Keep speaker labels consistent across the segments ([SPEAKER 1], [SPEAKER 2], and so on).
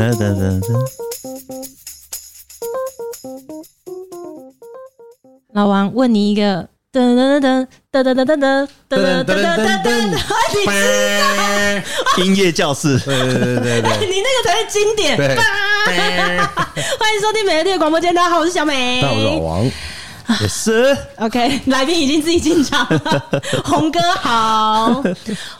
[SPEAKER 1] 噔噔噔噔，
[SPEAKER 2] 老王问你一个，噔噔噔噔噔噔噔噔噔噔噔噔噔噔，
[SPEAKER 1] 音乐教室，
[SPEAKER 3] 对对对对对
[SPEAKER 2] 你那个才是经典。
[SPEAKER 3] 对。
[SPEAKER 2] 欢迎收听美乐蒂的广播间，大家好，我是小美。
[SPEAKER 3] 那我是老王，
[SPEAKER 1] 也是
[SPEAKER 2] OK，来宾已经自己进场了。红哥好，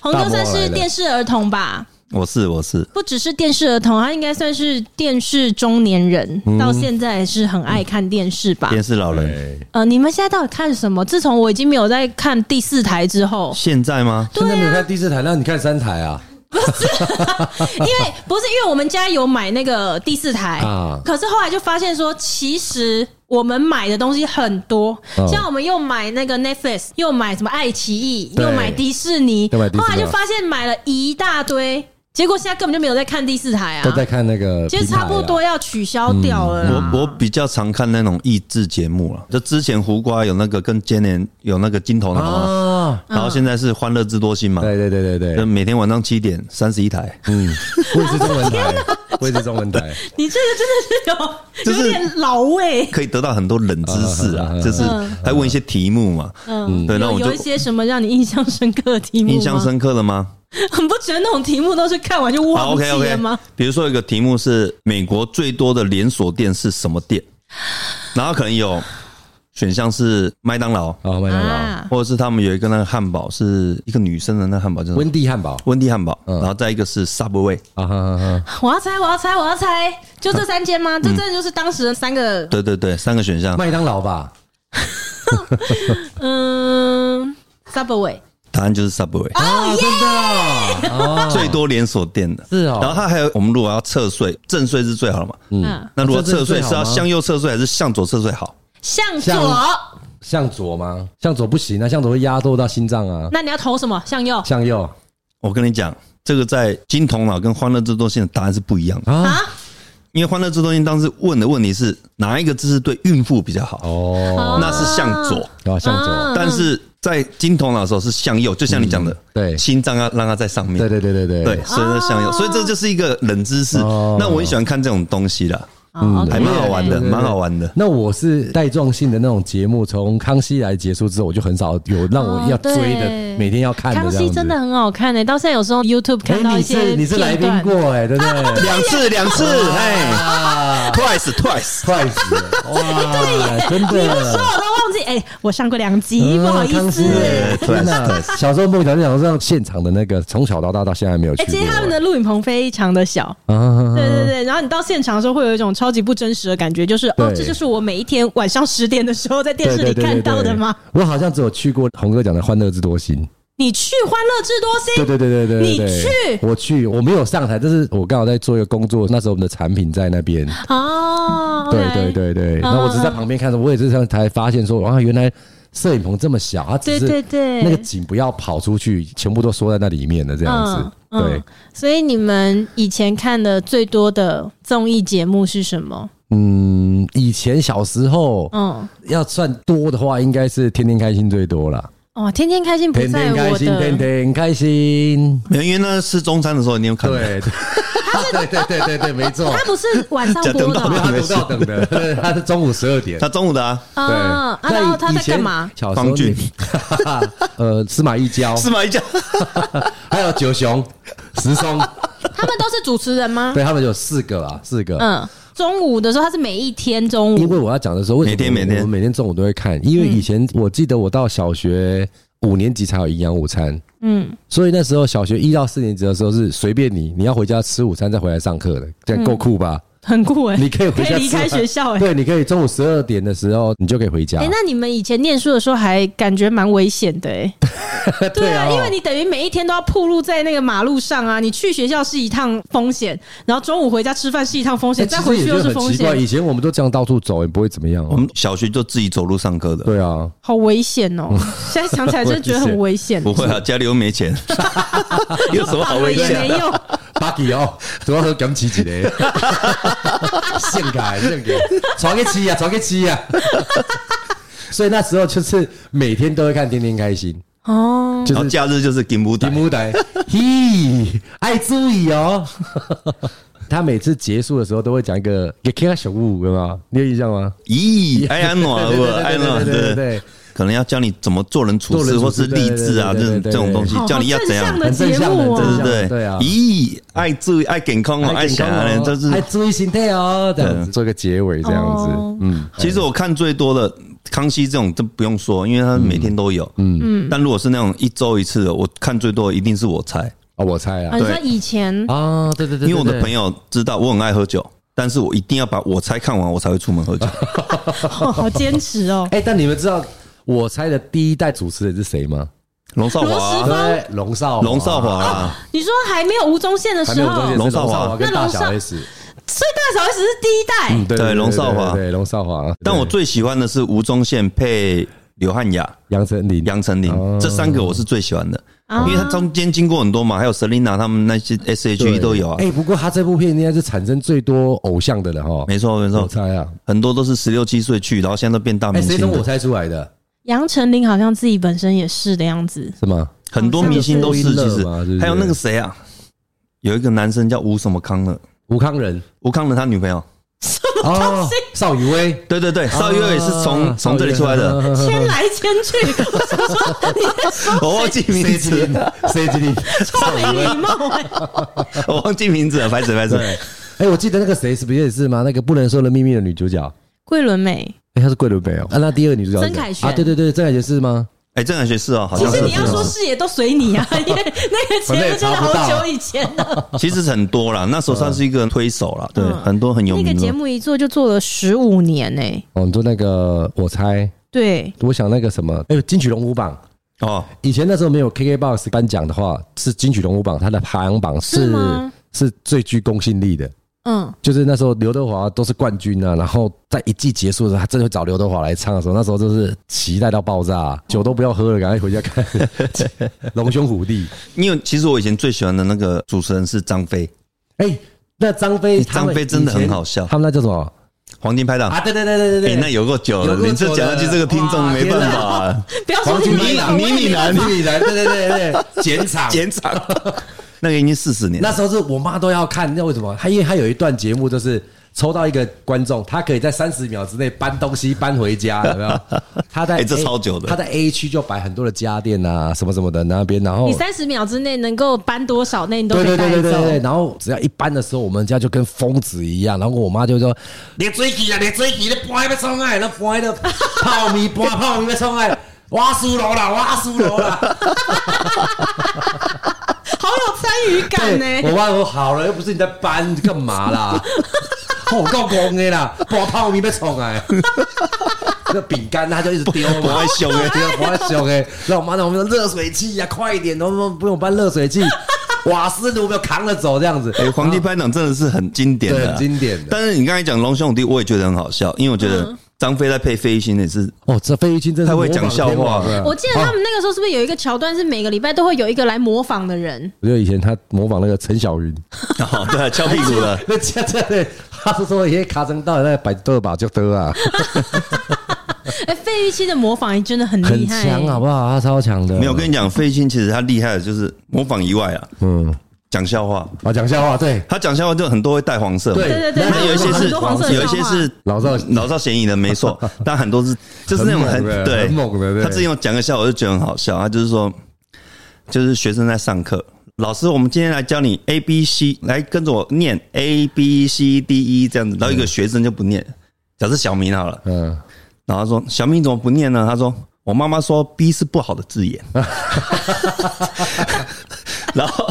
[SPEAKER 2] 红哥算是电视儿童吧？
[SPEAKER 1] 我是我是，
[SPEAKER 2] 不只是电视儿童，他应该算是电视中年人，到现在也是很爱看电视吧？
[SPEAKER 1] 电视老人。
[SPEAKER 3] 对，
[SPEAKER 2] 呃，你们现在到底看什么？自从我已经没有在看第四台之后，
[SPEAKER 1] 现在吗？
[SPEAKER 3] 现在没有看第四台，那你看三台啊？
[SPEAKER 2] 因为不是因为我们家有买那个第四台，
[SPEAKER 3] 啊
[SPEAKER 2] 可是后来就发现说，其实我们买的东西很多，
[SPEAKER 3] 嗯
[SPEAKER 1] 哦
[SPEAKER 2] 像我们又买那个 Netflix，又买什么爱奇艺，
[SPEAKER 3] 对
[SPEAKER 2] 又买迪士尼，
[SPEAKER 3] 又买迪士尼
[SPEAKER 2] 后来就发现买了一大堆，结果现在根本就没有在看第四台
[SPEAKER 3] 都
[SPEAKER 2] 啊
[SPEAKER 3] 在，看那个，啊
[SPEAKER 2] 其实差不多。要取消掉了啊啦。
[SPEAKER 1] 啊嗯我我比较常看那种益智节目了，就之前胡瓜有那个跟今年有那个金头脑啊，
[SPEAKER 3] 啊，
[SPEAKER 1] 然后现在是欢乐智多星嘛，
[SPEAKER 3] 对对对对
[SPEAKER 1] 就
[SPEAKER 3] 对，
[SPEAKER 1] 每天晚上七点三十一台，
[SPEAKER 3] 嗯，我也是中文 台，我也是中文台，
[SPEAKER 2] 你这个真的
[SPEAKER 1] 就是是
[SPEAKER 2] 有有 点老味。
[SPEAKER 1] 可以得到很多冷知识
[SPEAKER 3] 嗯嗯嗯
[SPEAKER 1] 啊，
[SPEAKER 3] 嗯
[SPEAKER 1] 就是还问一些题目嘛，
[SPEAKER 2] 嗯，
[SPEAKER 1] 对，那
[SPEAKER 2] 有
[SPEAKER 1] 我就
[SPEAKER 2] 有一些什么让你印象深刻的题目吗？
[SPEAKER 1] 印象深刻的吗？
[SPEAKER 2] 很不觉得那种题目都是看完就
[SPEAKER 1] 好
[SPEAKER 2] 忘记
[SPEAKER 1] ，OK
[SPEAKER 2] 了吗
[SPEAKER 1] OK。比如说有一个题目是美国最多的连锁店是什么店，然后可能有选项是麦当劳，
[SPEAKER 3] 好，麦当劳、
[SPEAKER 2] 啊，
[SPEAKER 1] 或者是他们有一个那个汉堡是一个女生的那个汉堡叫什么
[SPEAKER 3] 温蒂汉堡
[SPEAKER 1] 温蒂汉堡，
[SPEAKER 3] 嗯
[SPEAKER 1] 然后再一个是 Subway，
[SPEAKER 3] 啊，哈哈哈，
[SPEAKER 2] 我要猜，我要猜，我要猜，就这三间
[SPEAKER 3] 嗯
[SPEAKER 2] 吗？这真的就是当时的三个，
[SPEAKER 1] 对对对，三个选项，
[SPEAKER 3] 麦当劳吧，
[SPEAKER 2] 嗯，Subway。
[SPEAKER 1] 答案就是 Subway。
[SPEAKER 3] 啊，真的哦，哦
[SPEAKER 1] 最多连锁店的
[SPEAKER 3] 是哦
[SPEAKER 1] 然后它还有我们如果要侧睡，正睡是最好的嘛。
[SPEAKER 2] 嗯，
[SPEAKER 1] 那如果
[SPEAKER 3] 啊这
[SPEAKER 1] 侧
[SPEAKER 3] 是
[SPEAKER 1] 睡
[SPEAKER 3] 最好
[SPEAKER 1] 是要
[SPEAKER 3] 吗
[SPEAKER 1] 向右侧睡还是向左侧睡好？
[SPEAKER 2] 向
[SPEAKER 3] 向
[SPEAKER 2] 左，
[SPEAKER 3] 向左吗？向左不行啊，向左会压迫到心脏啊，
[SPEAKER 2] 那你要投什么？向右
[SPEAKER 3] 向右
[SPEAKER 1] 我跟你讲，这个在金童脑跟欢乐智多星的答案是不一样的。
[SPEAKER 3] 啊，
[SPEAKER 2] 啊？
[SPEAKER 1] 因为欢乐智多星当时问的问题是哪一个姿势对孕妇比较好，
[SPEAKER 3] 哦，
[SPEAKER 1] 那是向左，
[SPEAKER 3] 啊，向
[SPEAKER 2] 啊
[SPEAKER 3] 左，
[SPEAKER 1] 但是在金头脑的时候是向右，就像你讲的，
[SPEAKER 3] 嗯对
[SPEAKER 1] 心脏要让它在上面，
[SPEAKER 3] 对对对对对
[SPEAKER 1] 对，所以是向右，所以这就是一个冷知识。
[SPEAKER 3] 哦
[SPEAKER 1] 那我很喜欢看这种东西啦，
[SPEAKER 3] 嗯
[SPEAKER 2] 哦，OK，
[SPEAKER 1] 还蛮好玩的，
[SPEAKER 3] 对对对
[SPEAKER 1] 蛮好玩的。
[SPEAKER 3] 那我是带状性的那种节目，从《康熙来》结束之后，我就很少有让我要追的，
[SPEAKER 2] 哦对
[SPEAKER 3] 每天要看的
[SPEAKER 2] 康
[SPEAKER 3] 这样
[SPEAKER 2] 熙
[SPEAKER 3] 子
[SPEAKER 2] 真的，很好看欸诶，到现在有时候 YouTube
[SPEAKER 3] 哎、
[SPEAKER 2] 看到一
[SPEAKER 3] 你
[SPEAKER 2] 些
[SPEAKER 3] 是你是来宾
[SPEAKER 2] 片段啊
[SPEAKER 3] 过哎、对不对？
[SPEAKER 1] 两次，两 次，哎
[SPEAKER 3] 啊，
[SPEAKER 1] ，twice twice，
[SPEAKER 3] 快 死了！哇，真
[SPEAKER 2] 说
[SPEAKER 3] 的。
[SPEAKER 2] 我都忘记，哎，我上过两集，
[SPEAKER 3] 嗯
[SPEAKER 2] 不好意
[SPEAKER 3] 康
[SPEAKER 2] 思
[SPEAKER 3] 熙。来天哪！小时候梦想就想上现场的那个， 从小到大到现在没有去
[SPEAKER 2] 哎，
[SPEAKER 3] 过。
[SPEAKER 2] 其实他们的录影棚非常的小，
[SPEAKER 3] 啊，
[SPEAKER 2] 对对对，然后你到现场的时候会有一种超级不真实的感觉，就是哦，
[SPEAKER 3] 对
[SPEAKER 2] 这就是我每一天晚上十点的时候在电
[SPEAKER 3] 对
[SPEAKER 2] 视
[SPEAKER 3] 对
[SPEAKER 2] 里
[SPEAKER 3] 对
[SPEAKER 2] 看
[SPEAKER 3] 对
[SPEAKER 2] 到的吗？
[SPEAKER 3] 对我好像只有去过红哥讲的《欢乐之多星》。
[SPEAKER 2] 你去欢乐智多星，
[SPEAKER 3] 对对对对对对，
[SPEAKER 2] 你去
[SPEAKER 3] 我去，我没有上台，但是我刚好在做一个工作，那时候我们的产品在那边。
[SPEAKER 2] 哦
[SPEAKER 3] 对
[SPEAKER 2] OK
[SPEAKER 3] 对对对，
[SPEAKER 2] 嗯
[SPEAKER 3] 然后我只是在旁边看着，我也是才发现说，哇，原来摄影棚这么小，它只是
[SPEAKER 2] 对对对
[SPEAKER 3] 那个景不要跑出去，全部都缩在那里面的这样子。
[SPEAKER 2] 嗯
[SPEAKER 3] 对
[SPEAKER 2] 嗯，所以你们以前看的最多的综艺节目是什么？
[SPEAKER 3] 嗯，以前小时候
[SPEAKER 2] 嗯，
[SPEAKER 3] 要算多的话，应该是天天开心最多啦。
[SPEAKER 2] 哦，天天开心不
[SPEAKER 3] 天
[SPEAKER 2] 在
[SPEAKER 3] 天开
[SPEAKER 2] 我
[SPEAKER 3] 心，天
[SPEAKER 2] 的，
[SPEAKER 3] 天开心。
[SPEAKER 1] 没有因为那吃中餐的时候你有看到，
[SPEAKER 3] 对， 对对对对对，没错
[SPEAKER 2] 它。不是晚上播
[SPEAKER 1] 等
[SPEAKER 2] 的
[SPEAKER 1] 到
[SPEAKER 2] 哦
[SPEAKER 3] 他不到等的，他是中午十二点。
[SPEAKER 1] 他中午的啊，
[SPEAKER 2] 啊啊，
[SPEAKER 3] 那
[SPEAKER 2] 然后他
[SPEAKER 3] 以
[SPEAKER 2] 在
[SPEAKER 3] 前
[SPEAKER 2] 干嘛？
[SPEAKER 3] 小时候
[SPEAKER 1] 方俊
[SPEAKER 3] 你， 呃，司马懿交，
[SPEAKER 1] 司马懿讲，
[SPEAKER 3] 还有九雄、石松，
[SPEAKER 2] 他们都是主持人吗？
[SPEAKER 3] 对他们有四个啦，四个。
[SPEAKER 2] 嗯，中午的时候他是每一天中
[SPEAKER 3] 因
[SPEAKER 2] 午，
[SPEAKER 3] 为我要讲的时候，为什么
[SPEAKER 1] 每天每
[SPEAKER 3] 我
[SPEAKER 1] 天
[SPEAKER 3] 我每天中午都会看，因为以前我记得我到小学五年级才有营养午餐，
[SPEAKER 2] 嗯，
[SPEAKER 3] 所以那时候小学一到四年级的时候是随便你，你要回家吃午餐再回来上课的，这样够酷吧？
[SPEAKER 2] 很酷哎，
[SPEAKER 3] 你可 以
[SPEAKER 2] 可
[SPEAKER 3] 回
[SPEAKER 2] 以
[SPEAKER 3] 家
[SPEAKER 2] 离
[SPEAKER 3] 吃
[SPEAKER 2] 开
[SPEAKER 3] 完
[SPEAKER 2] 学校哎。
[SPEAKER 3] 对，你可以中午十二点的时候你就可以回家
[SPEAKER 2] 哎、。那你们以前念书的时候还感觉蛮危险的哎、 对啊，
[SPEAKER 3] 哦
[SPEAKER 2] 因为你等于每一天都要暴露在那个马路上啊，你去学校是一趟风险，然后中午回家吃饭是一趟风
[SPEAKER 3] 哎
[SPEAKER 2] 险，再
[SPEAKER 3] 其实
[SPEAKER 2] 回
[SPEAKER 3] 也
[SPEAKER 2] 去又
[SPEAKER 3] 就是很
[SPEAKER 2] 风
[SPEAKER 3] 奇怪，
[SPEAKER 2] 险，
[SPEAKER 3] 以前我们都这样到处走，也不会怎么样
[SPEAKER 1] 我
[SPEAKER 3] 哦。
[SPEAKER 1] 们小学就自己走路上课的，
[SPEAKER 3] 对啊，
[SPEAKER 2] 好危险哦！现在想起来真的觉得很危 险，
[SPEAKER 1] 不会啊，家里又没 钱，有什么好危
[SPEAKER 2] 也
[SPEAKER 1] 险？
[SPEAKER 2] 没有。
[SPEAKER 3] 巴基哦，主要是感起一个， 献给献给，传给吃啊，传给吃啊。所以那时候就是每天都会看《天天开心
[SPEAKER 2] 哦》，，
[SPEAKER 3] 就
[SPEAKER 1] 然后
[SPEAKER 3] 是哦
[SPEAKER 1] 假日就是金不
[SPEAKER 3] 题
[SPEAKER 1] 打，
[SPEAKER 3] 目台，嘿，爱注意哦。他每次结束的时候都会讲一个“给 K 小物”，有没有？你有印象吗？
[SPEAKER 1] 咦，哎呀，暖我，哎呀，暖
[SPEAKER 3] 对对
[SPEAKER 1] 对，
[SPEAKER 3] 对对，
[SPEAKER 1] 可能要教你怎么做人处
[SPEAKER 3] 做
[SPEAKER 1] 事，
[SPEAKER 3] 人处事
[SPEAKER 1] 或是励志啊，
[SPEAKER 3] 对
[SPEAKER 1] 这
[SPEAKER 3] 对
[SPEAKER 1] 种这
[SPEAKER 3] 对对
[SPEAKER 1] 种东西
[SPEAKER 2] 好，
[SPEAKER 1] 教你要怎样
[SPEAKER 2] 好，
[SPEAKER 3] 啊
[SPEAKER 2] 正向的节目
[SPEAKER 3] 很
[SPEAKER 1] 对
[SPEAKER 2] 哦
[SPEAKER 3] 正向
[SPEAKER 1] 不，对？
[SPEAKER 3] 对啊
[SPEAKER 1] 咦，爱注意，爱健康哦，爱
[SPEAKER 3] 健
[SPEAKER 1] 想
[SPEAKER 3] 康
[SPEAKER 1] 啊，
[SPEAKER 3] 哦
[SPEAKER 1] 这是
[SPEAKER 3] 还注意心态哦，这样子做个结尾，这样
[SPEAKER 2] 哦
[SPEAKER 3] 子，嗯，
[SPEAKER 1] 其实我看最多的康熙这种，这不用说，因为他每天都有。嗯嗯。但如果是那种一周一次的，我看最多的一定是我猜，
[SPEAKER 3] 啊，我猜
[SPEAKER 2] 啊
[SPEAKER 3] 啊，
[SPEAKER 2] 你说以 前
[SPEAKER 3] 啊，对对对，
[SPEAKER 1] 因为我的朋
[SPEAKER 3] 友
[SPEAKER 1] 友知道我很爱喝酒，但是我一定要把我猜看完，我才会出门喝 酒。
[SPEAKER 2] 哦好坚持哦，
[SPEAKER 3] 哎，但你们知道我猜的第一代主持人是谁吗？
[SPEAKER 1] 龙少华
[SPEAKER 2] 罗
[SPEAKER 1] 啊、
[SPEAKER 2] 时
[SPEAKER 3] 对，龙少
[SPEAKER 1] 龙少华
[SPEAKER 3] 哦
[SPEAKER 1] 啊，
[SPEAKER 2] 你说还没有吴宗宪的
[SPEAKER 3] 还
[SPEAKER 2] 时
[SPEAKER 3] 没有
[SPEAKER 2] 候，
[SPEAKER 3] 中间
[SPEAKER 1] 龙
[SPEAKER 3] 龙
[SPEAKER 1] 少
[SPEAKER 3] 少
[SPEAKER 1] 华
[SPEAKER 3] 华跟
[SPEAKER 2] 那
[SPEAKER 3] 大
[SPEAKER 2] 龙
[SPEAKER 3] 小
[SPEAKER 2] 少
[SPEAKER 3] S，
[SPEAKER 2] 所以大小 S 是第一代，
[SPEAKER 3] 嗯
[SPEAKER 1] 对龙少华
[SPEAKER 3] 对龙少华，
[SPEAKER 1] 但我最喜欢的是吴宗宪配刘汉雅、
[SPEAKER 3] 杨丞琳，
[SPEAKER 1] 杨丞琳
[SPEAKER 3] 哦
[SPEAKER 1] 这三个，我是最喜欢的，
[SPEAKER 2] 啊
[SPEAKER 1] 嗯因为他中间经过很多嘛，还有 Selina 他们那些 S.H.E
[SPEAKER 3] 对
[SPEAKER 1] 都有啊。
[SPEAKER 3] 哎，不过他这部片应该是产生最多偶像的了哈，
[SPEAKER 1] 没错没
[SPEAKER 3] 我
[SPEAKER 1] 错，
[SPEAKER 3] 猜啊，
[SPEAKER 1] 很多都是十六七岁去，然后现在都变大
[SPEAKER 3] 哎，
[SPEAKER 1] 明
[SPEAKER 3] 谁
[SPEAKER 1] 星
[SPEAKER 3] 从
[SPEAKER 1] 的
[SPEAKER 3] 我猜出来的？
[SPEAKER 2] 杨丞琳好像自己本身也是的样子，
[SPEAKER 3] 是吗？
[SPEAKER 1] 很多明星都是，
[SPEAKER 3] 好像
[SPEAKER 1] 其
[SPEAKER 3] 有
[SPEAKER 1] 实
[SPEAKER 3] 这个嘛是不是
[SPEAKER 1] 还有那个谁啊，有一个男生叫吴什么康的，
[SPEAKER 3] 吴 康仁
[SPEAKER 1] 吴康的他女朋友，
[SPEAKER 3] 哦，邵雨薇，
[SPEAKER 1] 对对对， 邵月也是从
[SPEAKER 3] 啊
[SPEAKER 1] 从这里出来 的，，
[SPEAKER 2] 牵来牵 去，我想说你在说
[SPEAKER 1] 我忘记名
[SPEAKER 3] 谁知
[SPEAKER 1] 字，
[SPEAKER 3] 林？ 谁知林？
[SPEAKER 2] 超没礼 貌哎、
[SPEAKER 1] 我忘记名字了，拍谁拍谁
[SPEAKER 3] 对，哎，我记得那个谁是不是也是吗？那个不能说的秘密的女主角，
[SPEAKER 2] 桂纶镁，
[SPEAKER 3] 哎，她是桂纶镁哦。啊，那第二个女主角是谁
[SPEAKER 2] 曾凯旋
[SPEAKER 3] 啊，对对对，曾凯旋是吗？
[SPEAKER 1] 哎，郑凯学是哦，好
[SPEAKER 2] 其
[SPEAKER 1] 像
[SPEAKER 2] 实
[SPEAKER 1] 是
[SPEAKER 2] 你要说视野都随你啊，因为那个节目真的好久以前 了，
[SPEAKER 1] 其实很多啦，那时候算是一个推手啦，对，
[SPEAKER 2] 嗯
[SPEAKER 1] 很多很有
[SPEAKER 2] 那个
[SPEAKER 1] 名
[SPEAKER 2] 节
[SPEAKER 1] 的。
[SPEAKER 2] 目一做就做了十五年哎、
[SPEAKER 3] 哦，你说那个，我猜，
[SPEAKER 2] 对，
[SPEAKER 3] 我想那个什么，哎，金曲龙虎榜。
[SPEAKER 1] 哦，
[SPEAKER 3] 以前那时候没有 KKBOX 颁奖的话，是金曲龙虎榜，它的排行榜
[SPEAKER 2] 是
[SPEAKER 3] 是
[SPEAKER 2] 吗
[SPEAKER 3] 是最具公信力的。
[SPEAKER 2] 嗯，
[SPEAKER 3] 就是那时候刘德华都是冠军啊，然后在一季结束的时候，他真的会找刘德华来唱的时候，那时候就是期待到爆炸、酒都不要喝了，赶快回家看龙兄虎弟。
[SPEAKER 1] 因为其实我以前最喜欢的那个主持人是张飞，
[SPEAKER 3] 哎、那张飞，
[SPEAKER 1] 张飞
[SPEAKER 3] 他们
[SPEAKER 1] 真的
[SPEAKER 3] 以前
[SPEAKER 1] 很好笑
[SPEAKER 3] 他们那叫什么
[SPEAKER 1] 黄金拍档。
[SPEAKER 3] 啊？对对对对对
[SPEAKER 1] 哎，
[SPEAKER 3] 对，
[SPEAKER 1] 那有够久
[SPEAKER 3] 有
[SPEAKER 1] 了，
[SPEAKER 3] 够久了
[SPEAKER 1] 你这讲下去，这个听众没办法。
[SPEAKER 2] 不要说你
[SPEAKER 1] 黄金
[SPEAKER 2] 没
[SPEAKER 1] 迷
[SPEAKER 2] 有，
[SPEAKER 1] 迷你男
[SPEAKER 3] 迷你男，对对对对，剪场。
[SPEAKER 1] 剪 场， 那个已经四十年了。
[SPEAKER 3] 那时候是我妈都要看，那为什么？她因为她有一段节目就是抽到一个观众，他可以在三十秒之内搬东西搬回家，有没有？他在 A,
[SPEAKER 1] 哎这超久的
[SPEAKER 3] 他在 A 区就摆很多的家电啊，什么什么的那边，然后
[SPEAKER 2] 你三十秒之内能够搬多少，那你都
[SPEAKER 3] 对
[SPEAKER 2] 可以
[SPEAKER 3] 对
[SPEAKER 2] 带
[SPEAKER 3] 对对对对，
[SPEAKER 2] 走。
[SPEAKER 3] 然后只要一搬的时候，我们家就跟疯子一样，然后我妈就说：“你追起啊，你追起，你搬要冲哎，那搬的泡米搬泡米要冲哎，挖输楼啦，挖输楼啦。”
[SPEAKER 2] 好有参与感呢、
[SPEAKER 3] 对我爸说好了，又不是你在搬，干 嘛啦？哦我够公的啦，我泡面被冲 哎。那饼干他就一直丢嘛，
[SPEAKER 1] 不爱凶欸
[SPEAKER 3] 丢不爱凶哎。那我妈让我们说热水器呀、快一点，能不能不用搬热水 器？瓦斯炉没有扛着走这样子。
[SPEAKER 1] 哎、黄金拍档真的是很经典的、
[SPEAKER 3] 对很经典的嗯
[SPEAKER 1] 但是你刚才讲龙兄虎弟，我也觉得很好笑，因为我觉得张飞在配费玉清也 是，
[SPEAKER 3] 哦，这费玉清真是
[SPEAKER 1] 他会讲笑话
[SPEAKER 3] 模仿天王啊
[SPEAKER 2] 我记得他们那个时候是不是有一个桥段，是每个礼拜都会有一个来模仿的人？
[SPEAKER 3] 我觉得以前他模仿那个陈小云，
[SPEAKER 1] 哦，对、啊，翘屁股 了。
[SPEAKER 3] 那这这 对，他是说也卡成到那摆豆把就 得啊，
[SPEAKER 2] 哎、费玉清的模仿也真的很
[SPEAKER 3] 很
[SPEAKER 2] 厉害、
[SPEAKER 3] 强
[SPEAKER 1] 啊
[SPEAKER 3] 好不好？他超强的，
[SPEAKER 1] 没有，我跟你讲，费玉清其实他厉害的就是模仿以外啊，
[SPEAKER 3] 嗯，
[SPEAKER 1] 讲笑话。
[SPEAKER 3] 啊讲笑话对，
[SPEAKER 1] 他讲笑话就很多会带黄色嘛，
[SPEAKER 3] 对
[SPEAKER 2] 对对对，
[SPEAKER 1] 那
[SPEAKER 2] 他
[SPEAKER 1] 有一些
[SPEAKER 2] 很
[SPEAKER 1] 是
[SPEAKER 2] 多黄色的
[SPEAKER 1] 有一些
[SPEAKER 2] 笑话
[SPEAKER 1] 是
[SPEAKER 3] 老少
[SPEAKER 1] 老少咸宜的，没 错，但很多是就是那种
[SPEAKER 3] 很
[SPEAKER 1] 很
[SPEAKER 3] 猛的
[SPEAKER 1] 对
[SPEAKER 3] 很猛的对
[SPEAKER 1] 他之前有讲个笑，我就觉得很好笑。他就是说，就是学生在上课，老师，我们今天来教你 A B C，来跟着我念 A B C D E 这样子。然后一个学生就不念，假设小明好了，
[SPEAKER 3] 嗯。
[SPEAKER 1] 然后他说小明你怎么不念呢？他说我妈妈说 B 是不好的字眼， 然后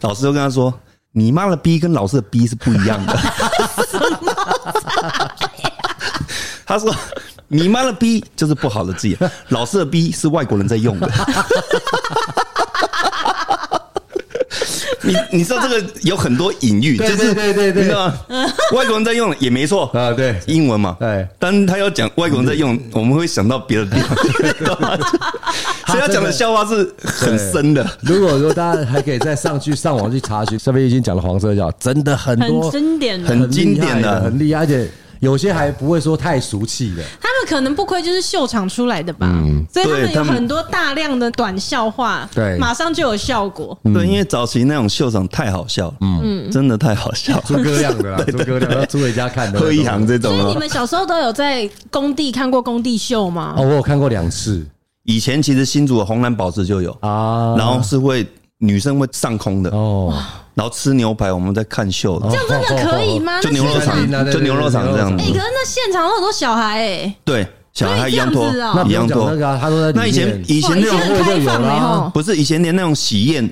[SPEAKER 1] 老师就跟他说。你妈的 B 跟老师的 B 是不一样的。 他说：“你妈的 B 就是不好的字眼，老师的 B 是外国人在用的。 你”你知道这个有很多隐喻，
[SPEAKER 3] 对
[SPEAKER 1] 就是
[SPEAKER 3] 对对对对
[SPEAKER 1] 你知道吗？外国人在用也没错
[SPEAKER 3] 啊对
[SPEAKER 1] 英文嘛，
[SPEAKER 3] 对嗯
[SPEAKER 1] 但他要讲外国人在用，我们会想到别的地 方， 懂吗所以他讲的笑话是很深的。
[SPEAKER 3] 如果说大家还可以再上去上网去查询，这边已经讲了黄色笑，真的很多
[SPEAKER 2] 很经典的。
[SPEAKER 1] 很
[SPEAKER 3] 很厉害
[SPEAKER 1] 经典的
[SPEAKER 3] 很厉害，而且有些还不会说太俗气的。
[SPEAKER 2] 他们可能不亏就是秀场出来的吧，
[SPEAKER 3] 嗯
[SPEAKER 2] 所以他
[SPEAKER 1] 对
[SPEAKER 2] 们
[SPEAKER 1] 他
[SPEAKER 2] 有
[SPEAKER 1] 们
[SPEAKER 2] 很多大量的短笑话，
[SPEAKER 3] 对
[SPEAKER 2] 马上就有效果。
[SPEAKER 3] 嗯
[SPEAKER 1] 对，因为早期那种秀场太好笑了，嗯，真的太好笑
[SPEAKER 3] 诸
[SPEAKER 1] 了。
[SPEAKER 3] 葛亮的啦，诸葛亮，要诸葛家看的，
[SPEAKER 1] 喝一行这
[SPEAKER 2] 所
[SPEAKER 1] 种
[SPEAKER 2] 以你
[SPEAKER 1] 哦，
[SPEAKER 2] 们小时候都有在工地看过工地秀吗
[SPEAKER 3] 哦，？我有看过两次
[SPEAKER 1] 以前其实新竹的红蓝宝石就有，
[SPEAKER 3] 啊，
[SPEAKER 1] 然后是会女生会上空的，
[SPEAKER 3] 哦，
[SPEAKER 1] 然后吃牛排，我们在看秀的
[SPEAKER 2] 这，样真的可以
[SPEAKER 3] 哦
[SPEAKER 2] 吗？
[SPEAKER 1] 就
[SPEAKER 2] 那
[SPEAKER 1] 牛肉
[SPEAKER 2] 现场
[SPEAKER 3] 场
[SPEAKER 1] 场，就牛肉场这样
[SPEAKER 3] 嗯
[SPEAKER 1] 子
[SPEAKER 2] 哎、。可是那现场有很多小孩哎、
[SPEAKER 1] 对，小孩一样多
[SPEAKER 2] 可以这样子
[SPEAKER 3] 那，
[SPEAKER 1] 一
[SPEAKER 3] 不
[SPEAKER 1] 样
[SPEAKER 3] 用讲那
[SPEAKER 1] 多。
[SPEAKER 3] 个啊，他都在里
[SPEAKER 1] 那以前
[SPEAKER 3] 面
[SPEAKER 1] 以
[SPEAKER 2] 哇
[SPEAKER 1] 前那
[SPEAKER 2] 以前
[SPEAKER 1] 种
[SPEAKER 2] 很
[SPEAKER 3] 会就
[SPEAKER 2] 开
[SPEAKER 3] 有
[SPEAKER 2] 放
[SPEAKER 3] 啦
[SPEAKER 2] 哎、吼
[SPEAKER 1] 不是以前连那种喜宴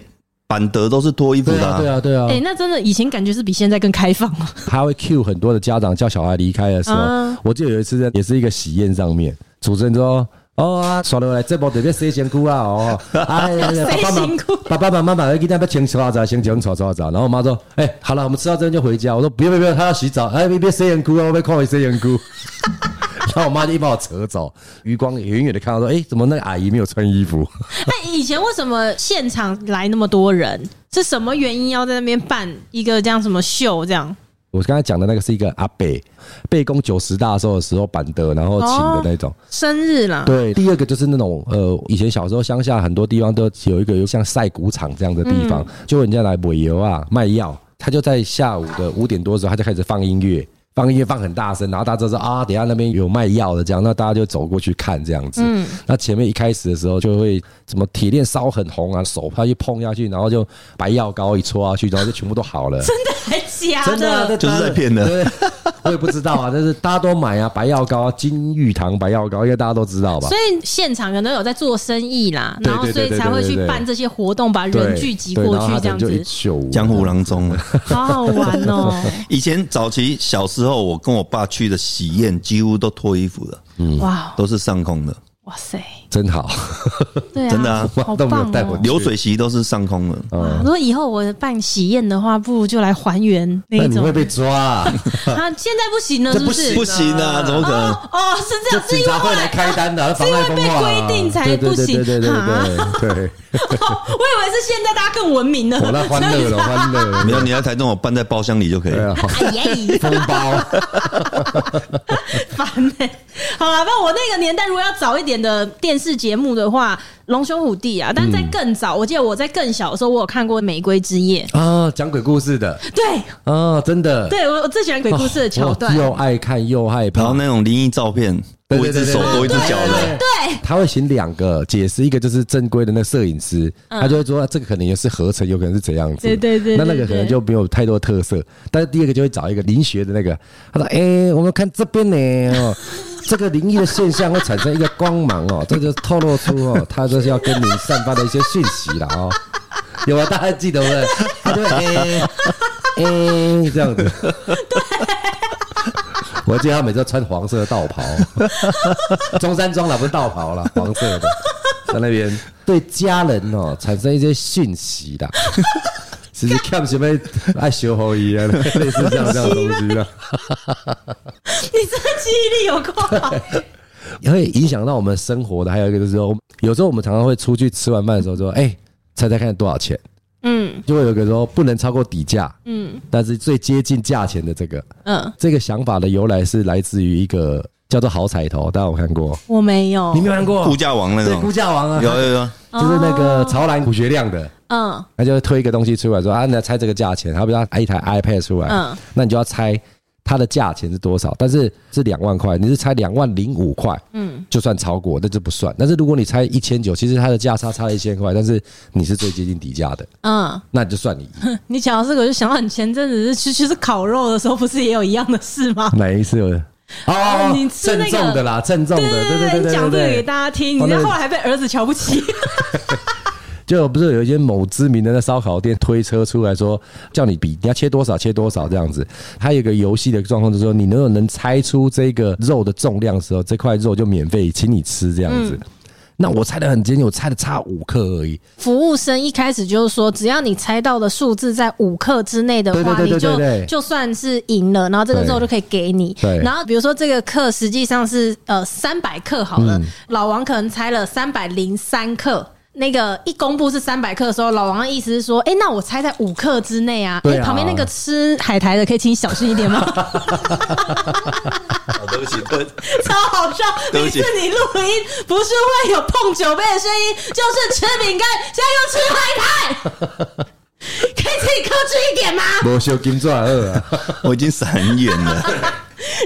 [SPEAKER 1] 板德都是脱衣服
[SPEAKER 3] 对
[SPEAKER 1] 的
[SPEAKER 3] 啊，对
[SPEAKER 1] 啊，
[SPEAKER 3] 啊，对啊
[SPEAKER 2] 哎、，那真的以前感觉是比现在更开放啊 了。
[SPEAKER 3] 他会 cue 很多的家长叫小孩离开的时候，
[SPEAKER 2] 嗯
[SPEAKER 3] 我记得有一次在也是一个喜宴上面，主持人说。哦啊，耍落来这波得要谁先哭啊？哦，哎呀，
[SPEAKER 2] 谁
[SPEAKER 3] 爸爸妈
[SPEAKER 2] 先哭
[SPEAKER 3] 爸爸妈妈把那给他们请吃啊，咋先请吃啊咋？然后我妈说，哎、好了，我们吃到这边就回家。我说不用不用不用，他要洗澡，哎，别别谁先哭啊，我被看为谁先哭。然后我妈就一把我扯走，余光远远的看到说，哎、怎么那个阿姨没有穿衣服？
[SPEAKER 2] 那哎以前为什么现场来那么多人？是什么原因要在那边办一个这样什么秀？这样
[SPEAKER 3] 我刚才讲的那个是一个阿伯，贝公九十大寿的时候板的，然后请的那种。
[SPEAKER 2] 生日啦，
[SPEAKER 3] 对，第二个就是那种呃，以前小时候乡下很多地方都有一个像晒谷场这样的地方，
[SPEAKER 2] 嗯
[SPEAKER 3] 就人家来尾油啊卖药，他就在下午的五点多的时候，他就开始放音乐。放音乐放很大声，然后大家知道啊，等一下那边有卖药的，这样，那大家就走过去看这样子。
[SPEAKER 2] 嗯
[SPEAKER 3] 那前面一开始的时候就会什么铁链烧很红啊，手怕去碰下去，然后就白药膏一搓下去，然后就全部都好了。
[SPEAKER 2] 真的还假
[SPEAKER 3] 真的啊、这
[SPEAKER 1] 就是在骗人
[SPEAKER 3] 对我也不知道啊，但是大家都买啊，白药膏、金玉堂白药膏，应该大家都知道吧
[SPEAKER 2] 所？以现场可能有在做生意啦，
[SPEAKER 3] 对
[SPEAKER 2] 然后
[SPEAKER 3] 对
[SPEAKER 2] 所
[SPEAKER 3] 对
[SPEAKER 2] 以才会去办这些活动，把
[SPEAKER 3] 对，
[SPEAKER 2] 人聚集
[SPEAKER 3] 对
[SPEAKER 2] 过
[SPEAKER 3] 然后
[SPEAKER 2] 去
[SPEAKER 3] 他
[SPEAKER 2] 这样
[SPEAKER 3] 可能就一
[SPEAKER 2] 子，
[SPEAKER 3] 宿啊
[SPEAKER 1] 江湖郎中。
[SPEAKER 2] 好好玩哦、
[SPEAKER 1] 以前早期小时候，我跟我爸去的喜宴几乎都脱衣服的，
[SPEAKER 2] 哇
[SPEAKER 1] 都是上空的，
[SPEAKER 2] 哇塞，
[SPEAKER 3] 真好，
[SPEAKER 2] 对啊，
[SPEAKER 1] 真的啊
[SPEAKER 2] 好
[SPEAKER 3] 都没有
[SPEAKER 2] 棒
[SPEAKER 3] 带我
[SPEAKER 2] 哦、
[SPEAKER 1] 流水席都是上空的。
[SPEAKER 3] 嗯
[SPEAKER 2] 哇如果以后我办喜宴的话，不如就来还原那
[SPEAKER 3] 那
[SPEAKER 2] 一
[SPEAKER 3] 你
[SPEAKER 2] 种
[SPEAKER 3] 会。被抓、啊，
[SPEAKER 2] 啊，现在不行了，
[SPEAKER 3] 这
[SPEAKER 2] 是是？
[SPEAKER 1] 不行啊，怎么可能？
[SPEAKER 2] 哦哦，是这
[SPEAKER 3] 就
[SPEAKER 2] 样，是
[SPEAKER 3] 警
[SPEAKER 2] 因为
[SPEAKER 3] 察会来开单的，妨碍风化啊、
[SPEAKER 2] 是因为被规定才不行
[SPEAKER 3] 对对对对对对对，
[SPEAKER 2] 哦 我以为是现在大家更文明了。
[SPEAKER 3] 我那欢 乐了，欢乐了，
[SPEAKER 1] 没有，你来台中，我搬在包厢里就可以
[SPEAKER 3] 对
[SPEAKER 1] 了。
[SPEAKER 3] 啊，
[SPEAKER 2] 哎呀，
[SPEAKER 3] 风包，
[SPEAKER 2] 烦呢、好啦，那我那个年代，如果要早一点的电视节目的话，《龙兄虎弟》啊，但
[SPEAKER 3] 嗯
[SPEAKER 2] 在更早，我记得我在更小的时候，我有看过《玫瑰之夜
[SPEAKER 3] 啊，讲鬼故事的》。
[SPEAKER 2] 对，
[SPEAKER 3] 啊，真的，
[SPEAKER 2] 对我我最喜欢鬼故事的桥段
[SPEAKER 3] 哇。又爱看又害怕，
[SPEAKER 1] 然后那种灵异照片，
[SPEAKER 3] 对
[SPEAKER 1] 多一
[SPEAKER 3] 对对
[SPEAKER 1] 只
[SPEAKER 3] 对
[SPEAKER 1] 手
[SPEAKER 3] 对
[SPEAKER 1] 多一只脚的，
[SPEAKER 2] 对，
[SPEAKER 3] 他会请两个解释，一个就是正规的那个摄影师，他就会说、啊这个可能也是合成，有可能是怎样
[SPEAKER 2] 嗯
[SPEAKER 3] 子。
[SPEAKER 2] 对对对对
[SPEAKER 3] 那那个可能就没有太多特色。但是第二个就会找一个灵学的那个，他说：“哎、我们看这边呢哦， 这个灵异的现象会产生一个光芒哦，这就透露出 哦，他就是要跟你散发的一些讯息了哦。”有啊，大家记得不对？他就会哎哎、这 样子。我记得他每次都穿黄色的道袍， 中山装啦，不是道袍啦，黄色 的，在那边对家人哦产生一些讯息 的，其实看什么爱修侯一 样，类似这样这样的东西啦，
[SPEAKER 2] 你这个记忆力有够好。
[SPEAKER 3] 也会影响到我们生活的。还有一个就是说，我们有时候我们常常会出去吃完饭的时候说，哎、猜猜看多少钱？
[SPEAKER 2] 嗯
[SPEAKER 3] 就会有一个说不能超过底价，嗯，但是最接近价钱的这个，
[SPEAKER 2] 嗯，
[SPEAKER 3] 这个想法的由来是来自于一个叫做好彩头，大家有看过？
[SPEAKER 2] 我没有
[SPEAKER 3] 你。没有看过？
[SPEAKER 1] 估价王那
[SPEAKER 3] 对，估
[SPEAKER 1] 种，
[SPEAKER 3] 价王啊，
[SPEAKER 1] 有有有，
[SPEAKER 3] 就是那个潮蓝古学亮的，
[SPEAKER 2] 嗯
[SPEAKER 3] 他就会推一个东西出来说啊，你来猜这个价钱，他比要一台 iPad 出来，
[SPEAKER 2] 嗯
[SPEAKER 3] 那你就要猜它的价钱是多少，但是是两万块，你是猜两万零五块，嗯，就算超过，那就不算。但是如果你猜一千九，其实它的价差差了一千块，但是你是最接近底价的，
[SPEAKER 2] 嗯，
[SPEAKER 3] 那你就算你赢。
[SPEAKER 2] 你讲到这个，我就想到你前阵子是去去吃烤肉的时候，不是也有一样的事吗？
[SPEAKER 3] 哪一次？
[SPEAKER 2] 哦
[SPEAKER 3] 哦
[SPEAKER 2] 你，吃那
[SPEAKER 3] 郑
[SPEAKER 2] 个
[SPEAKER 3] 重的啦，郑重的，对对对
[SPEAKER 2] 你
[SPEAKER 3] 对
[SPEAKER 2] 讲
[SPEAKER 3] 对
[SPEAKER 2] 这个给
[SPEAKER 3] 对
[SPEAKER 2] 大家听，
[SPEAKER 3] 哦
[SPEAKER 2] 你
[SPEAKER 3] 那
[SPEAKER 2] 这后来还被儿子瞧不起。
[SPEAKER 3] 就不是有一间某知名的那烧烤店推车出来说，叫你比你要切多少切多少这样子。它有一个游戏的状况，就是说你如果能猜出这个肉的重量的时候，这块肉就免费请你吃这样子。那我猜的很接近，我猜的差五克而已。
[SPEAKER 2] 服务生一开始就是说，只要你猜到的数字在五克之内的话，
[SPEAKER 3] 对对对对对
[SPEAKER 2] 你就就算是赢了，然后这个肉就可以给你
[SPEAKER 3] 对。
[SPEAKER 2] 然后比如说这个克实际上是呃三百克好
[SPEAKER 3] 嗯
[SPEAKER 2] 了，老王可能猜了三百零三克。那个一公布是三百克的时候，老王的意思是说，哎、那我猜在五克之内啊。哎、
[SPEAKER 3] 对啊
[SPEAKER 2] 旁边那个吃海苔的，可以请你小心一点吗？
[SPEAKER 1] 哦对不不起，对不起
[SPEAKER 2] 超好笑！
[SPEAKER 1] 对
[SPEAKER 2] 每
[SPEAKER 1] 不
[SPEAKER 2] 次
[SPEAKER 1] 起
[SPEAKER 2] 你录音不是会有碰酒杯的声音，就是吃饼干，现在又吃海苔，可以自己克制一点吗？
[SPEAKER 3] 我修金钻二啊，
[SPEAKER 1] 我已经闪很远了。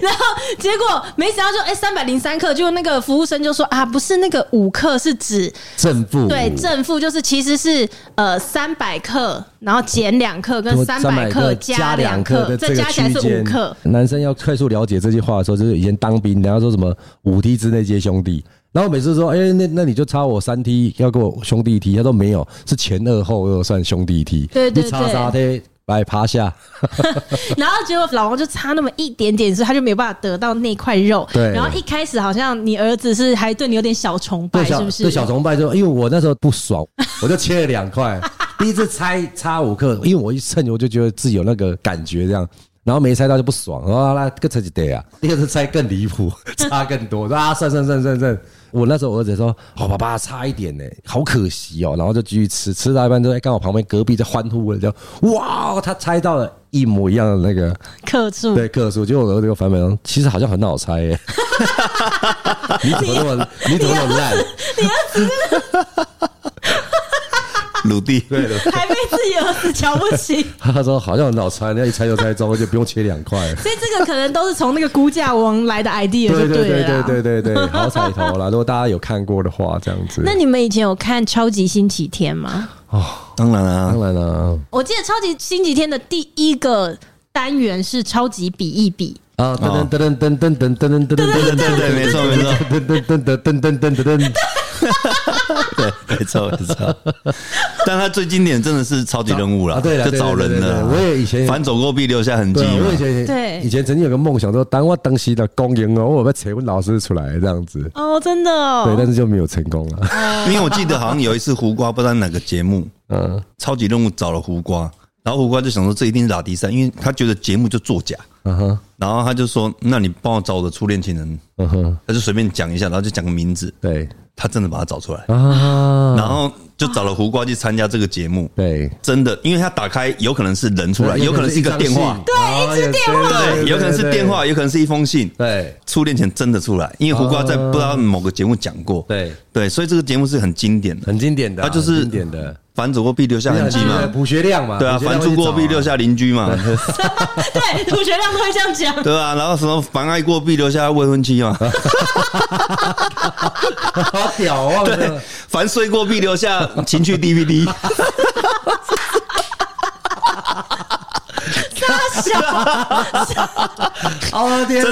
[SPEAKER 2] 然后结果没想到就哎三百零三克，就那个服务生就说啊，不是那个五克是指
[SPEAKER 3] 正负
[SPEAKER 2] 对正负，就是其实是呃三百克，然后减两克跟三百克加两克，
[SPEAKER 3] 的
[SPEAKER 2] 再
[SPEAKER 3] 这个
[SPEAKER 2] 加起来
[SPEAKER 3] 区
[SPEAKER 2] 是五
[SPEAKER 3] 间
[SPEAKER 2] 克。。
[SPEAKER 3] 男生要快速了解这句话的时候，就是以前当兵，然后说什么五梯之内皆兄弟。然后我每次说，哎、那那你就差我三梯，要跟我兄弟一梯。他说没有，是前二后二算兄弟一梯。
[SPEAKER 2] 对对
[SPEAKER 3] 你差啥的，来趴下。
[SPEAKER 2] 然后结果老王就差那么一点点，所以他就没有办法得到那块肉。
[SPEAKER 3] 对
[SPEAKER 2] 然后一开始好像你儿子是还对你有点小崇拜，
[SPEAKER 3] 对
[SPEAKER 2] 是
[SPEAKER 3] 小
[SPEAKER 2] 不是？
[SPEAKER 3] 对小崇拜就，因为我那时候不爽，我就切了两块。 第一次拆差五克，因为我一称我就觉得自己有那个感觉这样，然后没拆到就不爽，然后那个才几得啊。第二次拆更离谱， 差更多，我说啊算算算算算。我那时候我儿子说：“哦，爸爸差一点呢，好可惜哦。”然后就继续吃，吃到一半之后，哎刚好旁边隔壁在欢呼了，就哇，哦他猜到了一模一样的那个
[SPEAKER 2] 克数。
[SPEAKER 3] 对克数。结果我儿子又反本，其实好像很好猜耶。 你怎么那么你怎么那么烂？
[SPEAKER 1] 鲁地，
[SPEAKER 3] 对的，
[SPEAKER 2] 还被自己儿子瞧不 起，
[SPEAKER 3] 他说好像很好猜，那一猜就猜中，而且不用切两块。
[SPEAKER 2] 所以这个可能都是从那个估价王来的 idea 就
[SPEAKER 3] 对对
[SPEAKER 2] 了
[SPEAKER 3] 对
[SPEAKER 2] 啦。
[SPEAKER 3] 对对对对，好彩头啦！如果大家有看过的话，这样子。
[SPEAKER 2] 那你们以前有看《超级星期天》吗？
[SPEAKER 1] 当然啊
[SPEAKER 3] 当，然啦、
[SPEAKER 2] 我记得《超级星期天》的第一个单元是超级比一比，
[SPEAKER 3] 啊，噔噔噔噔噔噔噔噔噔噔
[SPEAKER 1] 对对
[SPEAKER 3] 噔
[SPEAKER 1] 对对，没错没错，
[SPEAKER 3] 噔噔噔噔噔噔噔噔，
[SPEAKER 1] 对 没错没错。但他最经典真的是超级任务
[SPEAKER 3] 啊
[SPEAKER 1] 了，
[SPEAKER 3] 对啦
[SPEAKER 1] 就
[SPEAKER 3] 对
[SPEAKER 1] 找
[SPEAKER 3] 对
[SPEAKER 1] 人
[SPEAKER 3] 对对
[SPEAKER 1] 了。
[SPEAKER 3] 我也以前
[SPEAKER 1] 反走过必留下痕迹
[SPEAKER 3] 对啊，
[SPEAKER 1] 嘛
[SPEAKER 3] 我以。前
[SPEAKER 2] 对
[SPEAKER 3] 以前曾经有个梦想说，当我当时的公营哦，我要扯问老师出来这样子，
[SPEAKER 2] 哦，真的、
[SPEAKER 3] 对，
[SPEAKER 2] 哦，
[SPEAKER 3] 但是就没有成功了。
[SPEAKER 1] 因为我记得好像有一次胡瓜不知道哪个节目，
[SPEAKER 3] 嗯，
[SPEAKER 1] 超级任务找了胡瓜，然后胡瓜就想说这一定是拉迪赛，因为他觉得节目就作假，
[SPEAKER 3] 嗯哼，
[SPEAKER 1] 然后他就说那你帮我找我的初恋情人，
[SPEAKER 3] 嗯哼，
[SPEAKER 1] 他就随便讲一下，然后就讲个名字，
[SPEAKER 3] 对
[SPEAKER 1] 他真的把他找出来，
[SPEAKER 3] 啊，
[SPEAKER 1] 然后就找了胡瓜去参加这个节目，
[SPEAKER 3] 对，
[SPEAKER 1] 真的，因为他打开有可能是人出来，有可能是一个电话，
[SPEAKER 3] 对，一支电话
[SPEAKER 1] 对，有可能是电，话，有可能是一封信。
[SPEAKER 3] 对
[SPEAKER 1] 初恋前真的出来，因为胡瓜在不知道某个节目讲过，
[SPEAKER 3] 对，
[SPEAKER 1] 对，所以这个节目是很经典的，
[SPEAKER 3] 很经典的啊，
[SPEAKER 1] 它就是
[SPEAKER 3] 很经典的。
[SPEAKER 1] 反走过必留下痕迹嘛，
[SPEAKER 3] 补学量嘛，
[SPEAKER 1] 对啊，反
[SPEAKER 3] 反
[SPEAKER 1] 出过必留，下邻居嘛，
[SPEAKER 3] 啊
[SPEAKER 2] 哎对，同学亮都会这样 讲。
[SPEAKER 1] 对啊，然后什么妨碍过必留下未婚妻 嘛，
[SPEAKER 3] 哦好屌啊！
[SPEAKER 1] 对，凡睡过必留下情趣 DVD，
[SPEAKER 2] 大 小，
[SPEAKER 3] 哦天，